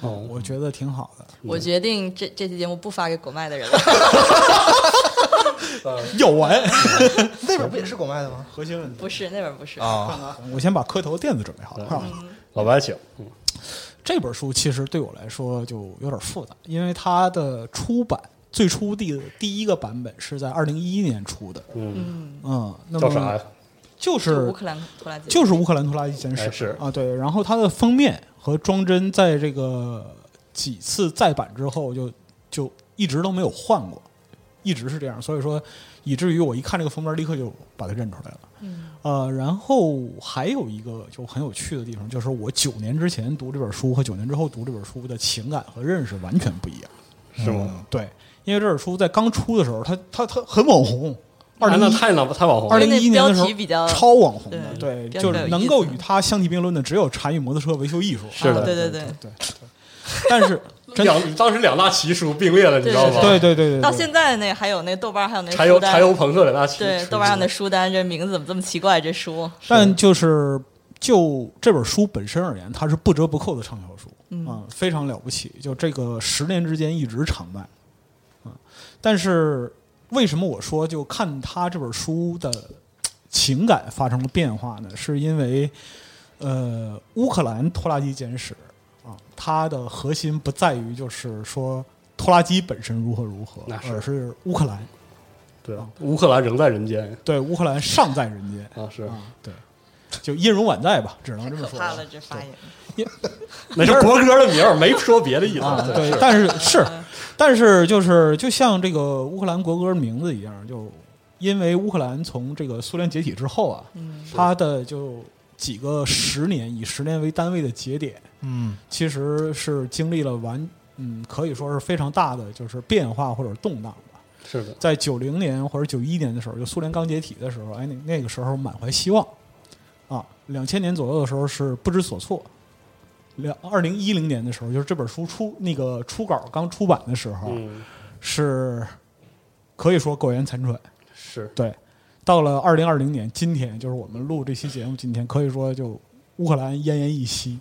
[SPEAKER 4] 我觉得挺好的。
[SPEAKER 5] 我决定这这期节目不发给国麦的人了。
[SPEAKER 4] 有
[SPEAKER 3] 啊
[SPEAKER 4] 完，
[SPEAKER 6] 那本不也是国外的吗？
[SPEAKER 4] 核心问题。
[SPEAKER 5] 不是那本不是，
[SPEAKER 4] 啊
[SPEAKER 3] 啊
[SPEAKER 4] 我先把磕头垫子准备好了。啊
[SPEAKER 3] 老白请，嗯
[SPEAKER 4] 这本书其实对我来说就有点复杂，因为它的出版最初第第一个版本是在二零一一年出的。
[SPEAKER 3] 嗯，
[SPEAKER 4] 嗯，那么
[SPEAKER 3] 叫啥呀？
[SPEAKER 4] 就是
[SPEAKER 5] 乌克兰图拉杰，
[SPEAKER 4] 就是乌克兰图拉一简
[SPEAKER 3] 哎
[SPEAKER 4] 史
[SPEAKER 3] 是
[SPEAKER 4] 啊，对。然后它的封面和装帧在这个几次再版之后就就一直都没有换过，一直是这样。所以说，以至于我一看这个封面，立刻就把它认出来了。
[SPEAKER 5] 嗯
[SPEAKER 4] 呃，然后还有一个就很有趣的地方，就是我九年之前读这本书和九年之后读这本书的情感和认识完全不一样。嗯
[SPEAKER 3] 是吗？
[SPEAKER 4] 对，因为这本书在刚出的时候，它它它很网红，二
[SPEAKER 3] 啊
[SPEAKER 4] 零
[SPEAKER 3] 那
[SPEAKER 4] 一
[SPEAKER 3] 太脑太网红
[SPEAKER 4] 二
[SPEAKER 3] 了
[SPEAKER 5] 因
[SPEAKER 4] 零
[SPEAKER 5] 为那
[SPEAKER 4] 一一年的时
[SPEAKER 5] 标题比
[SPEAKER 4] 候
[SPEAKER 5] 较
[SPEAKER 4] 哦超网红的，对，
[SPEAKER 5] 对
[SPEAKER 4] 就
[SPEAKER 5] 标
[SPEAKER 4] 是
[SPEAKER 5] 题比较有意思
[SPEAKER 4] 能够与它相提并论的只有《禅与摩托车维修艺术》。
[SPEAKER 3] 是的
[SPEAKER 5] 啊对对
[SPEAKER 4] 对
[SPEAKER 5] 对，
[SPEAKER 4] 对对。但 是真的，
[SPEAKER 3] 两当时两大奇书并列了，你知道吗？
[SPEAKER 4] 对对对对，
[SPEAKER 5] 到
[SPEAKER 4] 对
[SPEAKER 5] 现在那还有那豆瓣还有那
[SPEAKER 3] 柴油
[SPEAKER 5] 书单
[SPEAKER 3] 柴，油朋克两大奇
[SPEAKER 5] 对
[SPEAKER 3] 书嗯
[SPEAKER 5] 豆瓣上的书单，这名字怎么这么奇怪？这书
[SPEAKER 4] 但就是就这本书本身而言，它是不折不扣的畅销书，
[SPEAKER 5] 嗯
[SPEAKER 4] 啊，非常了不起。就这个十年之间一直常卖，啊，但是为什么我说就看他这本书的情感发生了变化呢？是因为呃，乌克兰拖拉机简史啊，它的核心不在于就是说拖拉机本身如何如何
[SPEAKER 3] 那，是
[SPEAKER 4] 而是乌克兰
[SPEAKER 3] 对，啊乌克兰仍在人间
[SPEAKER 4] 对乌克兰尚在人间
[SPEAKER 3] 啊，是
[SPEAKER 4] 啊，对。就音容宛在吧，只能
[SPEAKER 5] 太
[SPEAKER 4] 这么
[SPEAKER 5] 可
[SPEAKER 4] 说。啊
[SPEAKER 5] 怕了，这发言
[SPEAKER 3] 那是国歌的名儿，没说别的意思
[SPEAKER 4] 啊，。对，但是是，
[SPEAKER 5] 嗯
[SPEAKER 4] 但是就是就像这个乌克兰国歌的名字一
[SPEAKER 5] 嗯
[SPEAKER 4] 样，就因为乌克兰从这个苏联解体之后啊，它的就几个十年以十年为单位的节点，
[SPEAKER 6] 嗯
[SPEAKER 4] 其实是经历了完，嗯，可以说是非常大的就是变化或者动荡吧。
[SPEAKER 3] 是的，
[SPEAKER 4] 在九零年或者九一年的时候，就苏联刚解体的时候，哎，那那个时候满怀希望啊。两千年左右的时候是不知所措。两二零一零年的时候，就是这本书出那个初稿刚出版的时候，
[SPEAKER 3] 嗯，
[SPEAKER 4] 是可以说苟延残喘。
[SPEAKER 3] 是
[SPEAKER 4] 对，到了二零二零年，今天就是我们录这期节目，今天可以说就乌克兰奄奄一息。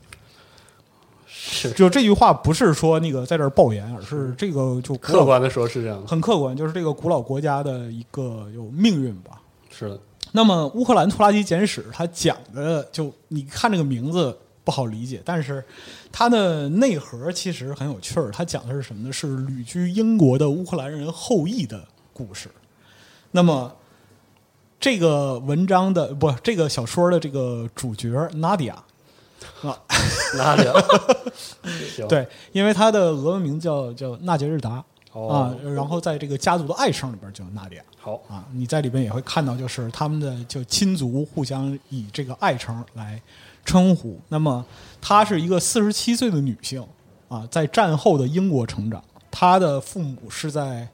[SPEAKER 3] 是，
[SPEAKER 4] 就这句话不是说那个在这儿抱怨，而是这个就古老
[SPEAKER 3] 客观的说是这样的，
[SPEAKER 4] 很客观，就是这个古老国家的一个有命运吧。
[SPEAKER 3] 是的，
[SPEAKER 4] 那么《乌克兰拖拉机简史》它讲的就你看这个名字不好理解，但是它的内核其实很有趣儿。它讲的是什么呢？是旅居英国的乌克兰人后裔的故事。那么这个文章的不，这个小说的这个主角 Nadia，
[SPEAKER 3] 那里啊行，
[SPEAKER 4] 对，因为她的俄文名叫叫纳杰日达、
[SPEAKER 3] 哦
[SPEAKER 4] 啊，然后在这个家族的爱称里边叫 Nadia。
[SPEAKER 3] 好，
[SPEAKER 4] 啊，你在里边也会看到，就是他们的就亲族互相以这个爱称来称呼。那么她是一个四十七岁的女性啊，在战后的英国成长，她的父母是在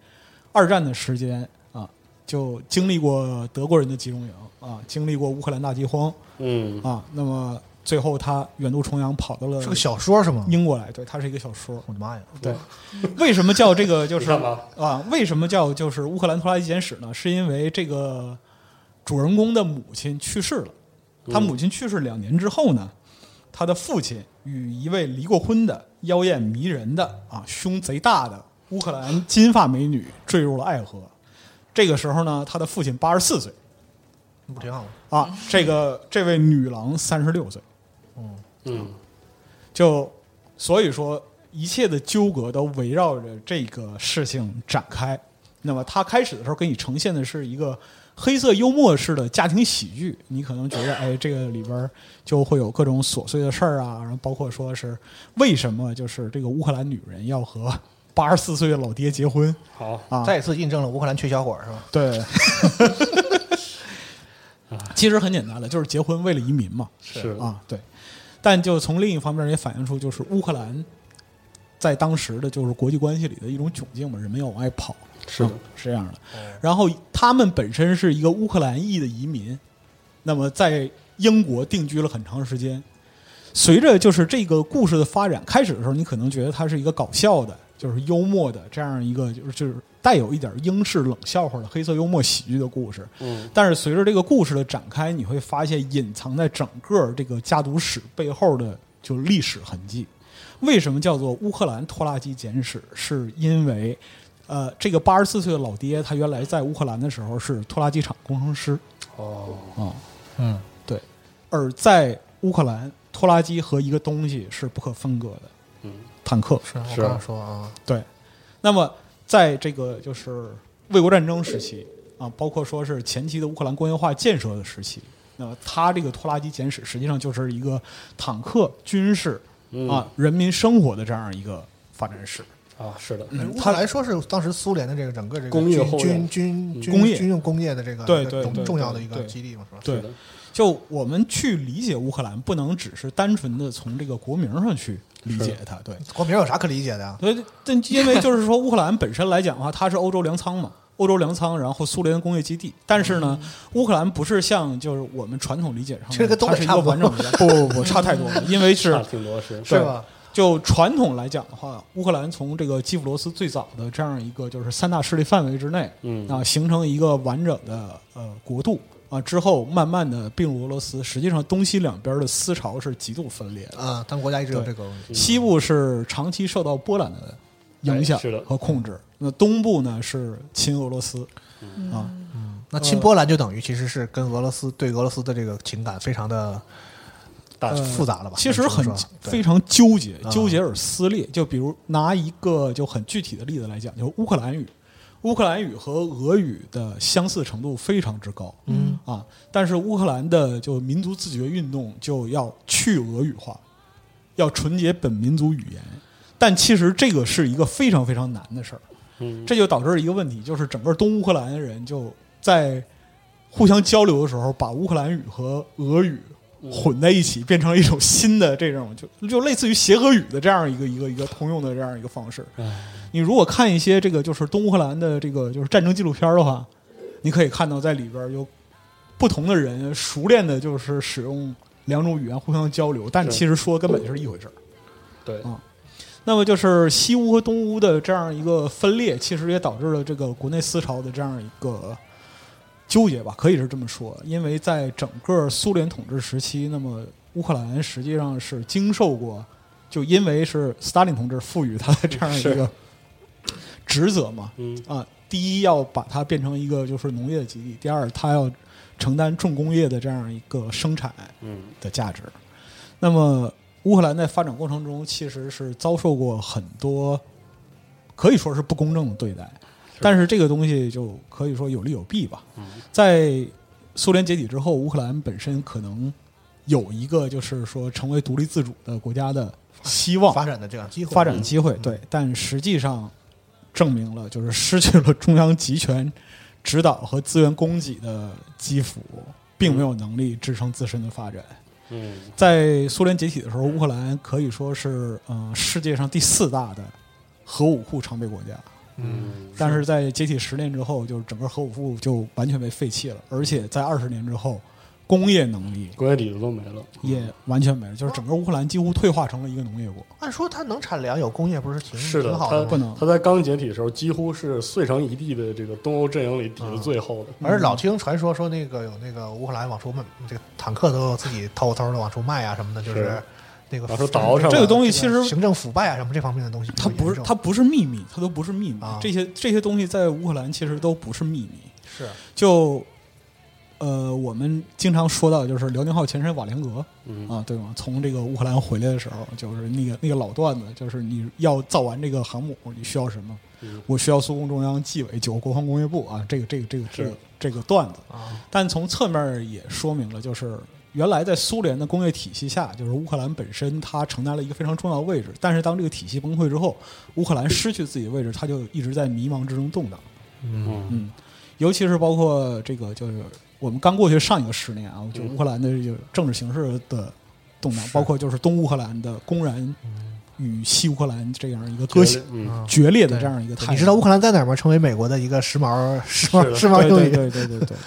[SPEAKER 4] 二战的时间啊，就经历过德国人的集中营啊，经历过乌克兰大饥荒
[SPEAKER 3] 嗯，
[SPEAKER 4] 啊，那么最后她远渡重洋跑到了
[SPEAKER 6] 是个小说是吗？
[SPEAKER 4] 英国来，对，它是一个小说。
[SPEAKER 6] 我的妈呀！
[SPEAKER 4] 对，为什么叫这 个就是
[SPEAKER 3] 你看吧
[SPEAKER 4] 啊？为什么叫就是乌克兰拖拉机简史呢？是因为这个主人公的母亲去世了，
[SPEAKER 3] 嗯
[SPEAKER 4] 他母亲去世两年之后呢，他的父亲与一位离过婚的妖艳迷人的啊胸贼大的乌克兰金发美女坠入了爱河。这个时候呢，他的父亲八十四岁
[SPEAKER 6] 那不挺好吗？
[SPEAKER 4] 啊，这个这位女郎三十六岁。啊
[SPEAKER 3] 嗯，
[SPEAKER 4] 就所以说，一切的纠葛都围绕着这个事情展开。那么，它开始的时候给你呈现的是一个黑色幽默式的家庭喜剧，你可能觉得，哎，这个里边儿就会有各种琐碎的事儿啊，然后包括说是为什么就是这个乌克兰女人要和八十四岁的老爹结婚，
[SPEAKER 3] 好，
[SPEAKER 6] 啊再一次印证了乌克兰缺小伙儿是吧？
[SPEAKER 4] 对， 其实很简单的，就是结婚为了移民嘛，
[SPEAKER 3] 是
[SPEAKER 4] 啊，对。但就从另一方面也反映出，就是乌克兰在当时的就是国际关系里的一种窘境嘛，人们要往外跑，
[SPEAKER 3] 是的哦
[SPEAKER 4] 嗯是这样的。然后他们本身是一个乌克兰裔的移民，那么在英国定居了很长时间。随着就是这个故事的发展，开始的时候你可能觉得它是一个搞笑的，就是幽默的这样一个就是就是带有一点英式冷笑话的黑色幽默喜剧的故事。
[SPEAKER 3] 嗯，
[SPEAKER 4] 但是随着这个故事的展开，你会发现隐藏在整个这个家族史背后的就历史痕迹。为什么叫做乌克兰拖拉机简史？是因为，呃，这个八十四岁的老爹他原来在乌克兰的时候是拖拉机厂工程师，啊
[SPEAKER 3] 哦，
[SPEAKER 6] 嗯，
[SPEAKER 4] 对，而在乌克兰，拖拉机和一个东西是不可分割的，
[SPEAKER 3] 嗯，
[SPEAKER 4] 坦克
[SPEAKER 6] 是我
[SPEAKER 3] 是
[SPEAKER 6] 刚刚说啊，
[SPEAKER 4] 对，那么在这个就是卫国战争时期啊，包括说是前期的乌克兰工业化建设的时期，那么它这个拖拉机简史实际上就是一个坦克、军事啊、人民生活的这样一个发展史。
[SPEAKER 3] 啊，是的，
[SPEAKER 6] 乌克兰说是当时苏联的这个整个这个
[SPEAKER 3] 工业
[SPEAKER 6] 军
[SPEAKER 3] 后
[SPEAKER 6] 军
[SPEAKER 3] 院嗯
[SPEAKER 6] 军军
[SPEAKER 4] 工业
[SPEAKER 6] 军用工业的这个
[SPEAKER 4] 对
[SPEAKER 6] 一个
[SPEAKER 4] 对
[SPEAKER 6] 重
[SPEAKER 4] 对
[SPEAKER 6] 重要
[SPEAKER 4] 对
[SPEAKER 6] 的一个
[SPEAKER 4] 对
[SPEAKER 6] 基地嘛，是吧？
[SPEAKER 4] 对
[SPEAKER 3] 的，
[SPEAKER 4] 就我们去理解乌克兰，不能只是单纯的从这个国名上去理解它。对，
[SPEAKER 6] 光明有啥可理解的呀？
[SPEAKER 4] 所以，但因为就是说，乌克兰本身来讲的话，它是欧洲粮仓嘛，欧洲粮仓，然后苏联工业基地。但是呢，
[SPEAKER 6] 嗯
[SPEAKER 4] 乌克兰不是像就是我们传统理解上的，
[SPEAKER 6] 其实跟东
[SPEAKER 4] 它
[SPEAKER 6] 北
[SPEAKER 4] 是一
[SPEAKER 6] 差
[SPEAKER 4] 个
[SPEAKER 6] 不多
[SPEAKER 4] 完整的国 家，不不不，差太多了，因为是
[SPEAKER 3] 差挺多是，
[SPEAKER 6] 是吧？
[SPEAKER 4] 就传统来讲的话，乌克兰从这个基辅罗斯最早的这样一个就是三大势力范围之内，
[SPEAKER 3] 嗯
[SPEAKER 4] 啊，形成一个完整的呃国度啊，之后慢慢的并入俄罗斯。实际上，东西两边的思潮是极度分裂的。
[SPEAKER 6] 啊，他们国家一直有这个问题。
[SPEAKER 4] 西部是长期受到波兰的影响
[SPEAKER 3] 哎是的
[SPEAKER 4] 和控制，那东部呢是亲俄罗斯啊，
[SPEAKER 6] 那亲波兰就等于其实是跟俄罗斯对俄罗斯的这个情感非常的大
[SPEAKER 4] 呃
[SPEAKER 6] 复杂了吧？
[SPEAKER 4] 其实很非
[SPEAKER 6] 常
[SPEAKER 4] 常纠结，
[SPEAKER 6] 啊
[SPEAKER 4] 纠结而撕裂。就比如拿一个就很具体的例子来讲，就是乌克兰语，乌克兰语和俄语的相似程度非常之高，嗯啊，但是乌克兰的就民族自觉运动就要去俄语化，要纯洁本民族语言。但其实这个是一个非常非常难的事儿，
[SPEAKER 3] 嗯，
[SPEAKER 4] 这就导致一个问题，就是整个东乌克兰人就在互相交流的时候，把乌克兰语和俄语混在一起，变成了一种新的这种就就类似于协和语的这样一个一个一个通用的这样一个方式。你如果看一些这个就是东乌克兰的这个就是战争纪录片的话，你可以看到在里边有不同的人熟练的就是使用两种语言互相交流，但
[SPEAKER 3] 是
[SPEAKER 4] 其实说根本就是一回事儿。
[SPEAKER 3] 对
[SPEAKER 4] 嗯那么就是西乌和东乌的这样一个分裂，其实也导致了这个国内思潮的这样一个纠结吧，可以是这么说。因为在整个苏联统治时期，那么乌克兰实际上是经受过，就因为是斯大林同志赋予他的这样一个职责嘛，
[SPEAKER 3] 嗯
[SPEAKER 4] 啊，第一要把它变成一个就是农业的基地，第二它要承担重工业的这样一个生产，
[SPEAKER 3] 嗯
[SPEAKER 4] 的价值。那么乌克兰在发展过程中，其实是遭受过很多可以说是不公正的对待，但是这个东西就可以说有利有弊吧。在苏联解体之后，乌克兰本身可能有一个就是说成为独立自主的国家的希望，
[SPEAKER 6] 发展的这样机会，嗯
[SPEAKER 4] 发展机会，对，但实际上证明了就是失去了中央集权指导和资源供给的基础，并没有能力支撑自身的发展。
[SPEAKER 3] 嗯
[SPEAKER 4] 在苏联解体的时候，乌克兰可以说是呃世界上第四大的核武库常备国家，
[SPEAKER 3] 嗯
[SPEAKER 4] 但是在解体十年之后，就是整个核武库就完全被废弃了，而且在二十年之后，工业能力
[SPEAKER 3] 工业底子都没了，
[SPEAKER 4] 也
[SPEAKER 6] 嗯
[SPEAKER 4] 完全没了，就是整个乌克兰几乎退化成了一个农业国。
[SPEAKER 6] 按说它能产粮有工业，不是挺
[SPEAKER 3] 是的，
[SPEAKER 6] 挺好
[SPEAKER 3] 他
[SPEAKER 6] 吗
[SPEAKER 4] 不能
[SPEAKER 3] 他在刚解体的时候，几乎是碎成一地的这个东欧阵营里底子最厚的。
[SPEAKER 6] 而老听传说说那个有那个乌克兰往出卖，这个坦克都有自己偷偷的往出卖啊什么的，就是
[SPEAKER 3] 是
[SPEAKER 6] 那个
[SPEAKER 3] 往出倒上了
[SPEAKER 4] 这个东西其实
[SPEAKER 6] 行政腐败啊什么这方面的东西，
[SPEAKER 4] 它不是它
[SPEAKER 6] 它
[SPEAKER 4] 不是秘密，它都不是秘密。
[SPEAKER 6] 啊
[SPEAKER 4] 这些这些东西在乌克兰其实都不是秘密。
[SPEAKER 6] 是
[SPEAKER 4] 就呃，我们经常说到就是辽宁号前身瓦良格，
[SPEAKER 3] 嗯
[SPEAKER 4] 啊，对吗？从这个乌克兰回来的时候，就是那个那个老段子，就是你要造完这个航母，你需要什么？
[SPEAKER 3] 嗯
[SPEAKER 4] 我需要苏共中央、纪委、九国防工业部啊，这个这个这个这个
[SPEAKER 3] 是
[SPEAKER 4] 这个段子。
[SPEAKER 6] 啊，
[SPEAKER 4] 但从侧面也说明了，就是原来在苏联的工业体系下，就是乌克兰本身它承担了一个非常重要的位置。但是当这个体系崩溃之后，乌克兰失去自己的位置，它就一直在迷茫之中动荡。
[SPEAKER 3] 嗯
[SPEAKER 4] 嗯，尤其是包括这个，就是我们刚过去上一个十年啊，
[SPEAKER 6] 嗯
[SPEAKER 4] 就乌克兰的这个政治形势的动荡，包括就是东乌克兰的公然
[SPEAKER 6] 嗯
[SPEAKER 4] 与西乌克兰这样一个割席、
[SPEAKER 3] 嗯，
[SPEAKER 4] 决裂的这样一个态度。
[SPEAKER 6] 你知道乌克兰在哪儿吗？成为美国的一个时髦时髦
[SPEAKER 3] 是的
[SPEAKER 6] 时髦
[SPEAKER 4] 对
[SPEAKER 6] 用
[SPEAKER 4] 对
[SPEAKER 6] 语，
[SPEAKER 4] 对对对对对对。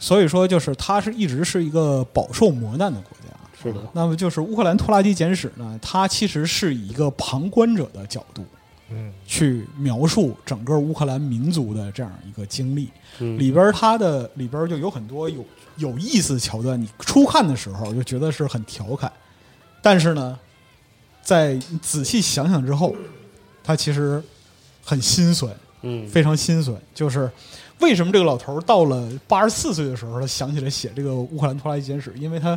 [SPEAKER 4] 所以说，就是它是一直是一个饱受磨难的国家。啊
[SPEAKER 3] 是的，
[SPEAKER 4] 那么就是乌克兰拖拉机简史呢，它其实是以一个旁观者的角度，
[SPEAKER 6] 嗯，
[SPEAKER 4] 去描述整个乌克兰民族的这样一个经历。
[SPEAKER 3] 嗯
[SPEAKER 4] 里边儿它的里边儿就有很多有有意思的桥段，你初看的时候就觉得是很调侃，但是呢，在你仔细想想之后，它其实很心酸，
[SPEAKER 3] 嗯，
[SPEAKER 4] 非常心酸。就是为什么这个老头儿到了八十四岁的时候，他想起来写这个乌克兰拖拉机简史，因为他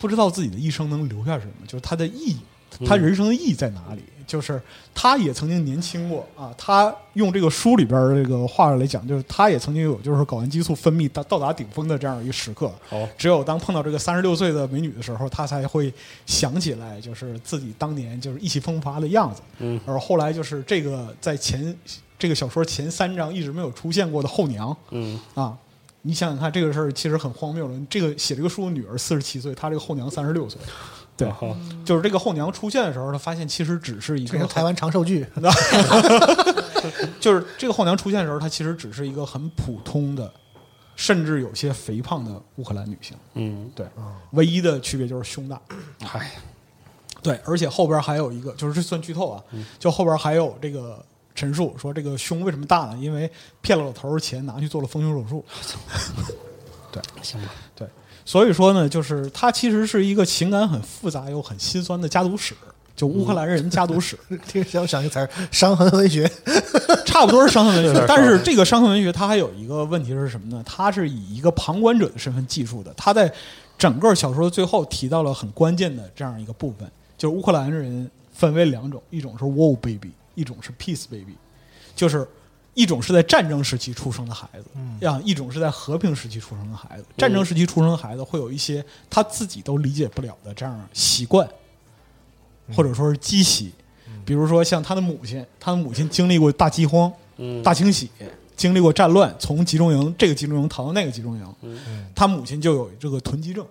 [SPEAKER 4] 不知道自己的一生能留下什么，就是他的意义，
[SPEAKER 3] 嗯
[SPEAKER 4] 他人生的意义在哪里？就是他也曾经年轻过啊，他用这个书里边儿这个话来讲，就是他也曾经有就是睾丸激素分泌到到达顶峰的这样一个时刻。
[SPEAKER 3] 好
[SPEAKER 4] 只有当碰到这个三十六岁的美女的时候，他才会想起来，就是自己当年就是意气风发的样子。
[SPEAKER 3] 嗯，
[SPEAKER 4] 而后来就是这个在前这个小说前三章一直没有出现过的后娘
[SPEAKER 3] 嗯
[SPEAKER 4] 啊，你想想看，这个事儿其实很荒谬了。这个写这个书的女儿四十七岁，她这个后娘三十六岁，对，
[SPEAKER 3] 好，
[SPEAKER 4] 就是这个后娘出现的时候，她发现其实只是一
[SPEAKER 6] 这
[SPEAKER 4] 个
[SPEAKER 6] 是台湾长寿剧，
[SPEAKER 4] 就是这个后娘出现的时候，她其实只是一个很普通的，甚至有些肥胖的乌克兰女性。
[SPEAKER 3] 嗯
[SPEAKER 4] 对，唯一的区别就是胸大。
[SPEAKER 3] 哎
[SPEAKER 4] 嗨，对，而且后边还有一个，就是这算剧透啊，
[SPEAKER 3] 嗯
[SPEAKER 4] 就后边还有这个陈述说这个胸为什么大呢？因为骗了老头儿钱，拿去做了丰胸手 术。
[SPEAKER 3] 行吧，
[SPEAKER 4] 对，所以说呢，就是它其实是一个情感很复杂又很心酸的家族史，就乌克兰人家族史。
[SPEAKER 6] 听想想一个词儿，伤痕文学，
[SPEAKER 4] 差不多是伤痕文
[SPEAKER 3] 是
[SPEAKER 4] 学
[SPEAKER 3] 是，
[SPEAKER 4] 但是这个伤痕文学它还有一个问题是什么呢？它是以一个旁观者的身份记述的，它在整个小说的最后提到了很关键的这样一个部分，就是乌克兰人分为两种，一种是 war baby，一种是 peace baby，就是一种是在战争时期出生的孩子，啊，一种是在和平时期出生的孩子。战争时期出生的孩子会有一些他自己都理解不了的这样习惯，或者说是积习。比如说像他的母亲，他的母亲经历过大饥荒、大清洗，经历过战乱，从集中营这个集中营逃到那个集中营，他母亲就有这个囤积症。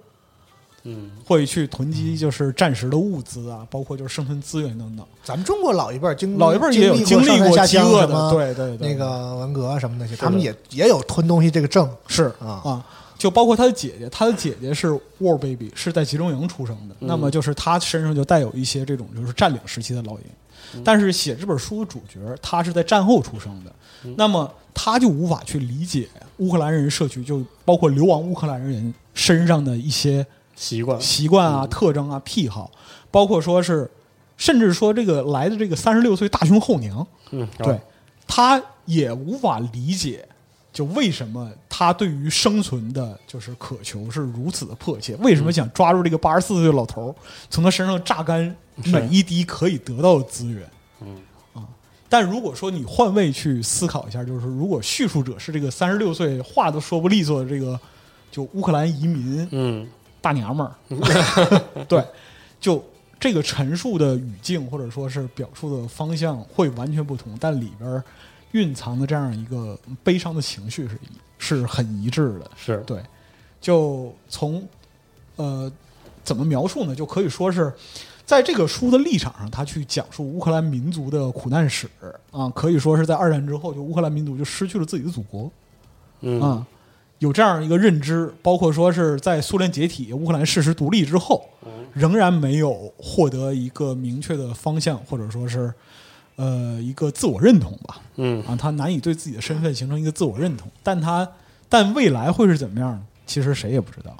[SPEAKER 3] 嗯，
[SPEAKER 4] 会去囤积就是战时的物资啊，包括就是生存资源等等。
[SPEAKER 6] 咱们中国老一辈儿经
[SPEAKER 4] 老一辈儿也有
[SPEAKER 6] 经
[SPEAKER 4] 经历
[SPEAKER 6] 过上山
[SPEAKER 4] 过
[SPEAKER 6] 下
[SPEAKER 4] 饥
[SPEAKER 6] 乡
[SPEAKER 4] 饿
[SPEAKER 6] 什么
[SPEAKER 4] 的，对对对，
[SPEAKER 6] 那个文革啊什么那些，
[SPEAKER 3] 的
[SPEAKER 6] 他们也也有吞东西这个症
[SPEAKER 4] 是
[SPEAKER 6] 啊
[SPEAKER 4] 啊，就包括他的姐姐，他的姐姐是 war baby，是在集中营出生的，那么就是他身上就带有一些这种就是占领时期的烙印。但是写这本书的主角，他是在战后出生的，那么他就无法去理解乌克兰人社区，就包括流亡乌克兰人身上的一些
[SPEAKER 3] 习惯，
[SPEAKER 4] 习惯啊、特征啊、癖好，包括说是，甚至说这个来的这个三十六岁大胸后娘，
[SPEAKER 3] 嗯，
[SPEAKER 4] 对，他也无法理解，就为什么他对于生存的就是渴求是如此的迫切，为什么想抓住这个八十四岁的老头儿，从他身上榨干每一滴可以得到的资源。
[SPEAKER 3] 嗯
[SPEAKER 4] 啊，但如果说你换位去思考一下，就是如果叙述者是这个三十六岁话都说不利索的这个就乌克兰移民，
[SPEAKER 3] 嗯，
[SPEAKER 4] 大娘们儿，对，就这个陈述的语境或者说是表述的方向会完全不同，但里边儿蕴藏的这样一个悲伤的情绪是一是很一致的。
[SPEAKER 3] 是，
[SPEAKER 4] 对，就从呃怎么描述呢？就可以说是在这个书的立场上，他去讲述乌克兰民族的苦难史啊，可以说是在二战之后，就乌克兰民族就失去了自己的祖国。
[SPEAKER 3] 嗯
[SPEAKER 4] 啊，有这样一个认知，包括说是在苏联解体、乌克兰事实独立之后，仍然没有获得一个明确的方向，或者说是呃一个自我认同吧。
[SPEAKER 3] 嗯
[SPEAKER 4] 啊，他难以对自己的身份形成一个自我认同，但他但未来会是怎么样呢？其实谁也不知道。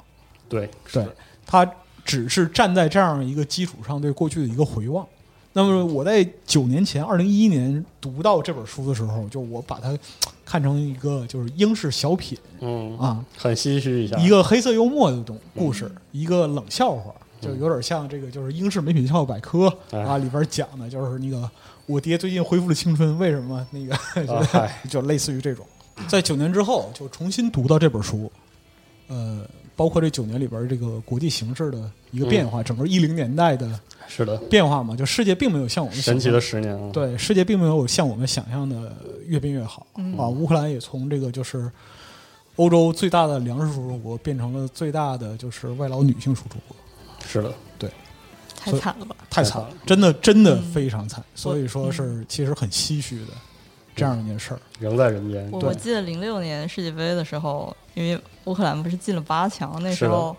[SPEAKER 3] 对
[SPEAKER 4] 对
[SPEAKER 3] 是，
[SPEAKER 4] 他只是站在这样一个基础上对过去的一个回望。那么我在九年前，二零一一年读到这本书的时候，就我把它嘖看成一个就是英式小品
[SPEAKER 3] 嗯，
[SPEAKER 4] 啊，
[SPEAKER 3] 很唏嘘一下，
[SPEAKER 4] 一个黑色幽默的东故事，一个冷笑话，就有点像这个就是英式美品笑百科
[SPEAKER 3] 嗯哎
[SPEAKER 4] 啊里边讲的就是那个我爹最近恢复了青春，为什么那个
[SPEAKER 3] 啊嗨
[SPEAKER 4] 就就类似于这种，在九年之后就重新读到这本书，呃，包括这九年里边这个国际形势的一个变
[SPEAKER 3] 嗯
[SPEAKER 4] 化，整个一零年代的
[SPEAKER 3] 是的，
[SPEAKER 4] 变化嘛，就世界并没有像我们
[SPEAKER 3] 神
[SPEAKER 4] 想象
[SPEAKER 3] 奇的十年啊，
[SPEAKER 4] 对，世界并没有像我们想象的越变越好、啊。乌克兰也从这个就是欧洲最大的粮食输出国，变成了最大的就是外劳女性输出国，
[SPEAKER 3] 是的，
[SPEAKER 5] 太
[SPEAKER 4] 所以
[SPEAKER 5] 惨了吧？
[SPEAKER 4] 太
[SPEAKER 3] 惨
[SPEAKER 4] 惨
[SPEAKER 3] 了
[SPEAKER 4] 了，真的真的非常惨。所以说是其实很唏嘘的这样一件事儿。
[SPEAKER 3] 仍在人间，
[SPEAKER 5] 我
[SPEAKER 3] 对
[SPEAKER 5] 我记得零六年世界杯的时候，因为乌克兰不是进了八强，那
[SPEAKER 3] 是
[SPEAKER 5] 时
[SPEAKER 3] 的
[SPEAKER 5] 候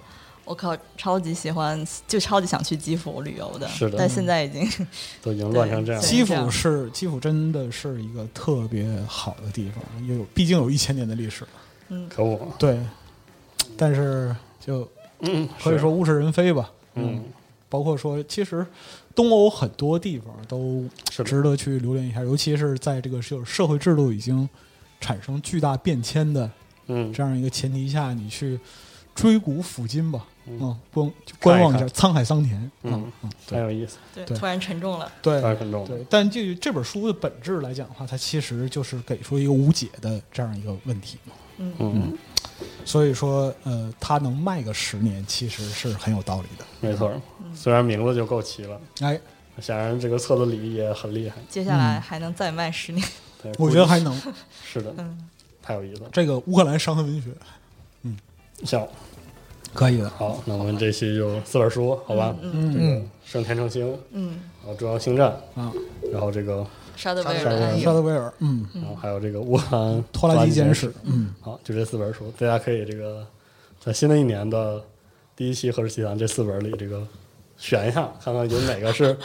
[SPEAKER 5] 我靠，超级喜欢，就超级想去基辅旅游的。
[SPEAKER 3] 是的嗯
[SPEAKER 5] 但现在 已经
[SPEAKER 3] 都已经乱成这样了，
[SPEAKER 5] 对
[SPEAKER 4] 基
[SPEAKER 5] 这
[SPEAKER 4] 辅
[SPEAKER 5] 样
[SPEAKER 4] 是基辅，真的是一个特别好的地方，也有毕竟有一千年的历史。
[SPEAKER 3] 可恶，
[SPEAKER 4] 对，但是就
[SPEAKER 3] 嗯，
[SPEAKER 4] 可以
[SPEAKER 3] 是
[SPEAKER 4] 说，物是人非吧。
[SPEAKER 3] 嗯，
[SPEAKER 4] 包括说，其实东欧很多地方都
[SPEAKER 3] 是的，
[SPEAKER 4] 值得去留恋一下，尤其是在这个社社会制度已经产生巨大变迁的
[SPEAKER 3] 嗯，
[SPEAKER 4] 这样一个前提下，你去追古抚今吧，
[SPEAKER 3] 嗯
[SPEAKER 4] 嗯，观观望一下
[SPEAKER 3] 看一
[SPEAKER 4] 沧海桑田，
[SPEAKER 3] 嗯哎
[SPEAKER 4] 嗯嗯，
[SPEAKER 3] 很
[SPEAKER 4] 对
[SPEAKER 3] 有意思，
[SPEAKER 5] 对
[SPEAKER 4] 对
[SPEAKER 5] 突然沉重了。
[SPEAKER 3] 非常
[SPEAKER 4] 对
[SPEAKER 3] 沉重，
[SPEAKER 4] 对，但就这本书的本质来讲的话，它其实就是给出一个无解的这样一个问题嘛，
[SPEAKER 3] 嗯，
[SPEAKER 4] 所以说，呃，它能卖个十年，其实是很有道理的，
[SPEAKER 3] 没错，
[SPEAKER 4] 嗯
[SPEAKER 3] 虽然名字就够齐了，
[SPEAKER 4] 哎，
[SPEAKER 3] 显然这个册子里也很厉害，
[SPEAKER 5] 接下来还能再卖十年，
[SPEAKER 3] 对
[SPEAKER 4] 我觉得还嗯能，
[SPEAKER 3] 是的，太有意思了，
[SPEAKER 4] 这个乌克兰伤痕文学
[SPEAKER 3] 笑。
[SPEAKER 4] 可以的，
[SPEAKER 3] 好，那我们这期就四本书，好吧？嗯，这个《圣田正兴》，嗯，然后《中央星战》
[SPEAKER 4] 啊，
[SPEAKER 3] 然后这个，
[SPEAKER 5] 沙特维尔
[SPEAKER 3] 沙特维
[SPEAKER 5] 的
[SPEAKER 3] 尔
[SPEAKER 5] 暗
[SPEAKER 4] 沙
[SPEAKER 5] 影。
[SPEAKER 4] 德维尔，嗯，
[SPEAKER 3] 然后还有这个《乌克兰
[SPEAKER 4] 拖拉机
[SPEAKER 3] 简
[SPEAKER 4] 简史，嗯，
[SPEAKER 3] 好，就这四本书，大家可以这个在新的一年的第一期《何氏奇谈》这四本里这个选一下，看看有哪个 是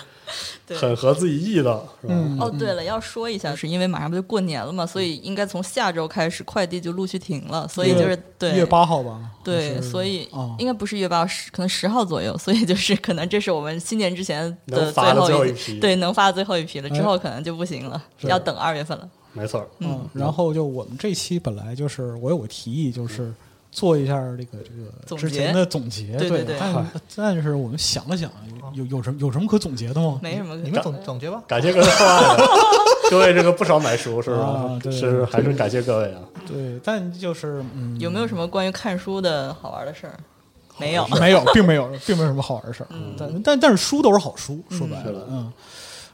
[SPEAKER 5] 对
[SPEAKER 3] 很合自己意的，是
[SPEAKER 4] 嗯
[SPEAKER 3] 吧？
[SPEAKER 5] 哦，对了，要说一下，是因为马上不就过年了嘛，所以应该从下周开始快递就陆续停了，所以就是对
[SPEAKER 4] 一月八号吧，还
[SPEAKER 5] 对，
[SPEAKER 4] 是
[SPEAKER 5] 所以
[SPEAKER 4] 啊
[SPEAKER 5] 应该不是月报十，可能十号左右，所以就是可能这是我们新年之前
[SPEAKER 3] 能
[SPEAKER 5] 的
[SPEAKER 3] 发的最
[SPEAKER 5] 后
[SPEAKER 3] 后一
[SPEAKER 5] 一
[SPEAKER 3] 批
[SPEAKER 5] 对，能发的最后一批了，
[SPEAKER 4] 哎
[SPEAKER 5] 之后可能就不行了，要等二月份了。
[SPEAKER 3] 没错儿，
[SPEAKER 4] 嗯，然后就我们这期本来就是我有个提议，就是做一下这个这个
[SPEAKER 5] 总
[SPEAKER 4] 之
[SPEAKER 5] 结
[SPEAKER 4] 前的总结，
[SPEAKER 5] 对对对
[SPEAKER 4] 但但是我们想了想，有有什么有什么可总结的吗？
[SPEAKER 5] 没什么可，
[SPEAKER 6] 你们总总结吧，
[SPEAKER 3] 感谢各位厚爱的各位这个不少买书是吧
[SPEAKER 4] 啊？对
[SPEAKER 3] 是还是感谢各位啊，
[SPEAKER 4] 对，但就是嗯，
[SPEAKER 5] 有没有什么关于看书的好玩的事儿？没有，
[SPEAKER 4] 啊没有，并没有，并没有什么好玩的事儿。但但但是书都是好书，说白
[SPEAKER 3] 嗯是
[SPEAKER 4] 了
[SPEAKER 3] 的，
[SPEAKER 4] 嗯。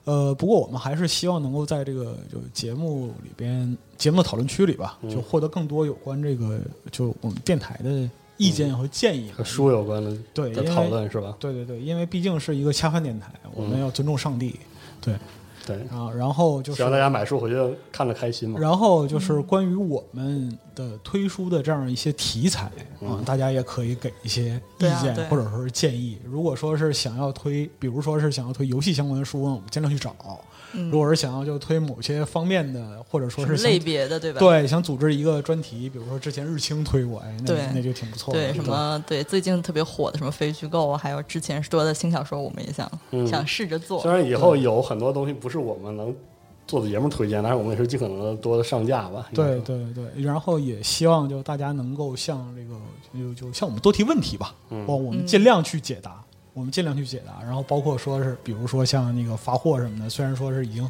[SPEAKER 4] 呃，不过我们还是希望能够在这个就节目
[SPEAKER 3] 嗯
[SPEAKER 4] 里边，节目的讨论区里吧，就获得更多有关这个就我们电台的意见和建议。
[SPEAKER 3] 嗯和书有关的
[SPEAKER 4] 对
[SPEAKER 3] 的
[SPEAKER 4] 因为
[SPEAKER 3] 讨论是吧？
[SPEAKER 4] 对对对，因为毕竟是一个恰饭电台，我
[SPEAKER 3] 嗯
[SPEAKER 4] 们要尊重上帝。对
[SPEAKER 3] 对，
[SPEAKER 4] 啊，然后就是
[SPEAKER 3] 希望大家买书回去看着开心嘛。
[SPEAKER 4] 然后就是关于我们的推书的这样一些题材啊、大家也可以给一些意
[SPEAKER 5] 对啊
[SPEAKER 4] 见
[SPEAKER 5] 对
[SPEAKER 4] 或者说是建议。如果说是想要推，比如说是想要推游戏相关的书，那我们尽量去找；如果是想要就推某些方面的，或者说是想
[SPEAKER 5] 嗯类别的对吧？
[SPEAKER 4] 对想组织一个专题，比如说之前日清推过，哎，那
[SPEAKER 5] 对
[SPEAKER 4] 那就挺不错的。
[SPEAKER 5] 对，什么对最近特别火的什么非虚构啊，还有之前说的轻小说，我们也想、想试着做
[SPEAKER 3] 虽。然以后有很多东西不是我们能做的节目推荐，但是我们也是尽可能的多上架吧。应该
[SPEAKER 4] 对
[SPEAKER 3] 说，
[SPEAKER 4] 对对，然后也希望就大家能够像这个就就像我们多提问题吧，我我们尽量去解答，我们尽量去解答，然后包括说是比如说像那个发货什么的，虽然说是已经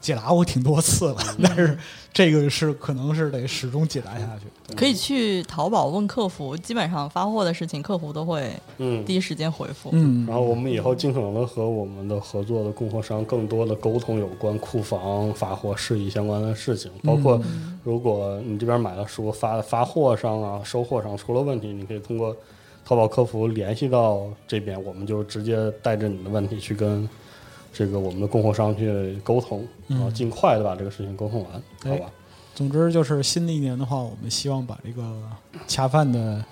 [SPEAKER 4] 解答过挺多次了，但是这个是可能是得始终解答下去。
[SPEAKER 5] 可以去淘宝问客服，基本上发货的事情客服都会
[SPEAKER 3] 嗯
[SPEAKER 5] 第。一时间回复。
[SPEAKER 4] 嗯
[SPEAKER 3] 然后我们以后尽可能的和我们的合作的供货商更多的沟通有关库房发货事宜相关的事情，包括如果你这边买了书发发货上啊、收货上出了问题，你可以通过淘宝客服联系到这边，我们就直接带着你的问题去跟这个我们的供货商去沟通，然后尽快的把这个事情沟通完，
[SPEAKER 4] 哎
[SPEAKER 3] 好吧？
[SPEAKER 4] 总之就是新的一年的话，我们希望把这个恰饭的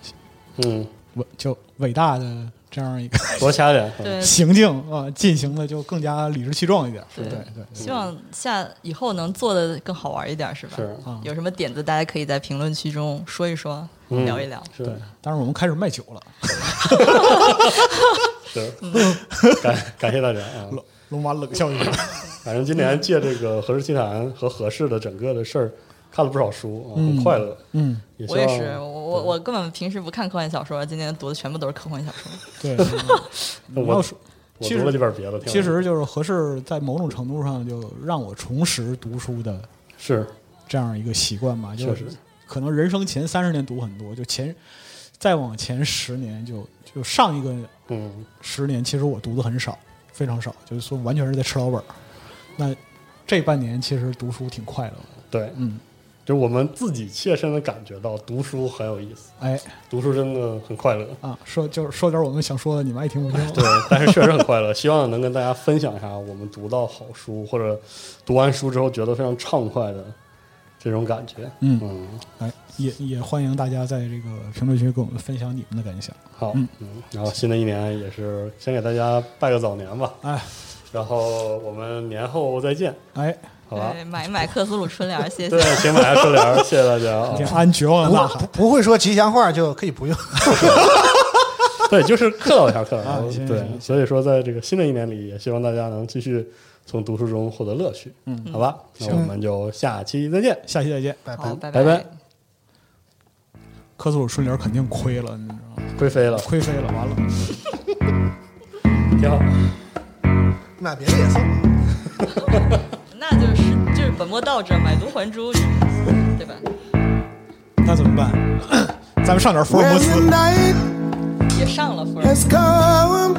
[SPEAKER 3] 嗯，
[SPEAKER 4] 伟就伟大的这样一个
[SPEAKER 3] 多掐点。
[SPEAKER 5] 对，
[SPEAKER 4] 行径啊，进行的就更加理直气壮一点。
[SPEAKER 5] 对
[SPEAKER 4] 对对。
[SPEAKER 3] 嗯
[SPEAKER 5] 希望下以后能做的更好玩一点，是吧？
[SPEAKER 3] 是
[SPEAKER 5] 有什么点子，大家可以在评论区中说一说，
[SPEAKER 3] 嗯
[SPEAKER 5] 聊一聊。
[SPEAKER 3] 是
[SPEAKER 4] 对，当然我们开始卖酒了。
[SPEAKER 3] 是，感感谢大家啊！
[SPEAKER 4] 龙龙马冷笑一声。
[SPEAKER 3] 反正今年借这个《何氏奇谈》和何氏的整个的事儿，看了不少书啊，很快乐。
[SPEAKER 4] 嗯，
[SPEAKER 3] 也希
[SPEAKER 5] 我也
[SPEAKER 3] 望
[SPEAKER 5] 是，我我我根本平时不看科幻小说，今年读的全部都是科幻小说。
[SPEAKER 4] 对，
[SPEAKER 3] 我
[SPEAKER 4] 我要说，
[SPEAKER 3] 我
[SPEAKER 4] 其
[SPEAKER 3] 读了几
[SPEAKER 4] 实
[SPEAKER 3] 本别的，挺好
[SPEAKER 4] 其实就是合适，在某种程度上就让我重拾读书的
[SPEAKER 3] 是
[SPEAKER 4] 这样一个习惯吧，就
[SPEAKER 3] 确
[SPEAKER 4] 是
[SPEAKER 3] 实
[SPEAKER 4] 可能人生前三十年读很多，就前再往前十年就就上一个
[SPEAKER 3] 嗯，
[SPEAKER 4] 十年，其实我读的很少，非常少，就是说完全是在吃老本儿。那这半年其实读书挺快乐的，
[SPEAKER 3] 对，
[SPEAKER 4] 嗯，
[SPEAKER 3] 就是我们自己切身的感觉到读书很有意思，
[SPEAKER 4] 哎
[SPEAKER 3] 读书真的很快乐。
[SPEAKER 4] 啊，说就是说点我们想说的，你们爱听不听？
[SPEAKER 3] 对，但是确实很快乐。希望能跟大家分享一下我们读到好书，或者读完书之后觉得非常畅快的这种感觉。
[SPEAKER 4] 嗯
[SPEAKER 3] 嗯，
[SPEAKER 4] 哎，也也欢迎大家在这个评论区跟我们分享你们的感想。
[SPEAKER 3] 好，嗯，然后新的一年也是先给大家拜个早年吧，
[SPEAKER 4] 哎
[SPEAKER 3] 然后我们年后再见，
[SPEAKER 4] 哎，
[SPEAKER 3] 好吧？
[SPEAKER 5] 对，买一买克苏鲁 春联，谢
[SPEAKER 3] 对
[SPEAKER 5] 谢。，
[SPEAKER 3] 请买下春联儿，谢谢大 家啊
[SPEAKER 4] 挺！安绝望的呐
[SPEAKER 6] 不
[SPEAKER 4] 喊。
[SPEAKER 6] 不会说吉祥话就可以不用。
[SPEAKER 3] 对，就是客套一下，客套
[SPEAKER 4] 啊
[SPEAKER 3] 一下。
[SPEAKER 4] 行行
[SPEAKER 3] 对，
[SPEAKER 4] 行
[SPEAKER 3] 所以说在这个新的一年里，也希望大家能继续从读书中获得乐趣，嗯，好吧？那我们就下期再见，
[SPEAKER 4] 下期再见，
[SPEAKER 6] 拜拜
[SPEAKER 5] 好，。拜
[SPEAKER 3] 拜嗯拜。
[SPEAKER 4] 科苏鲁顺联肯定亏了，你知道吗？
[SPEAKER 3] 贵妃了，
[SPEAKER 4] 亏飞了，完了。
[SPEAKER 3] 挺好。
[SPEAKER 6] 买别的也送。
[SPEAKER 5] 那就是就是本末倒置，买椟还珠，对吧？
[SPEAKER 4] 那怎么办？ 咱们上点福尔摩
[SPEAKER 1] When
[SPEAKER 4] 斯
[SPEAKER 1] the。night
[SPEAKER 5] 也上了分儿。
[SPEAKER 1] has come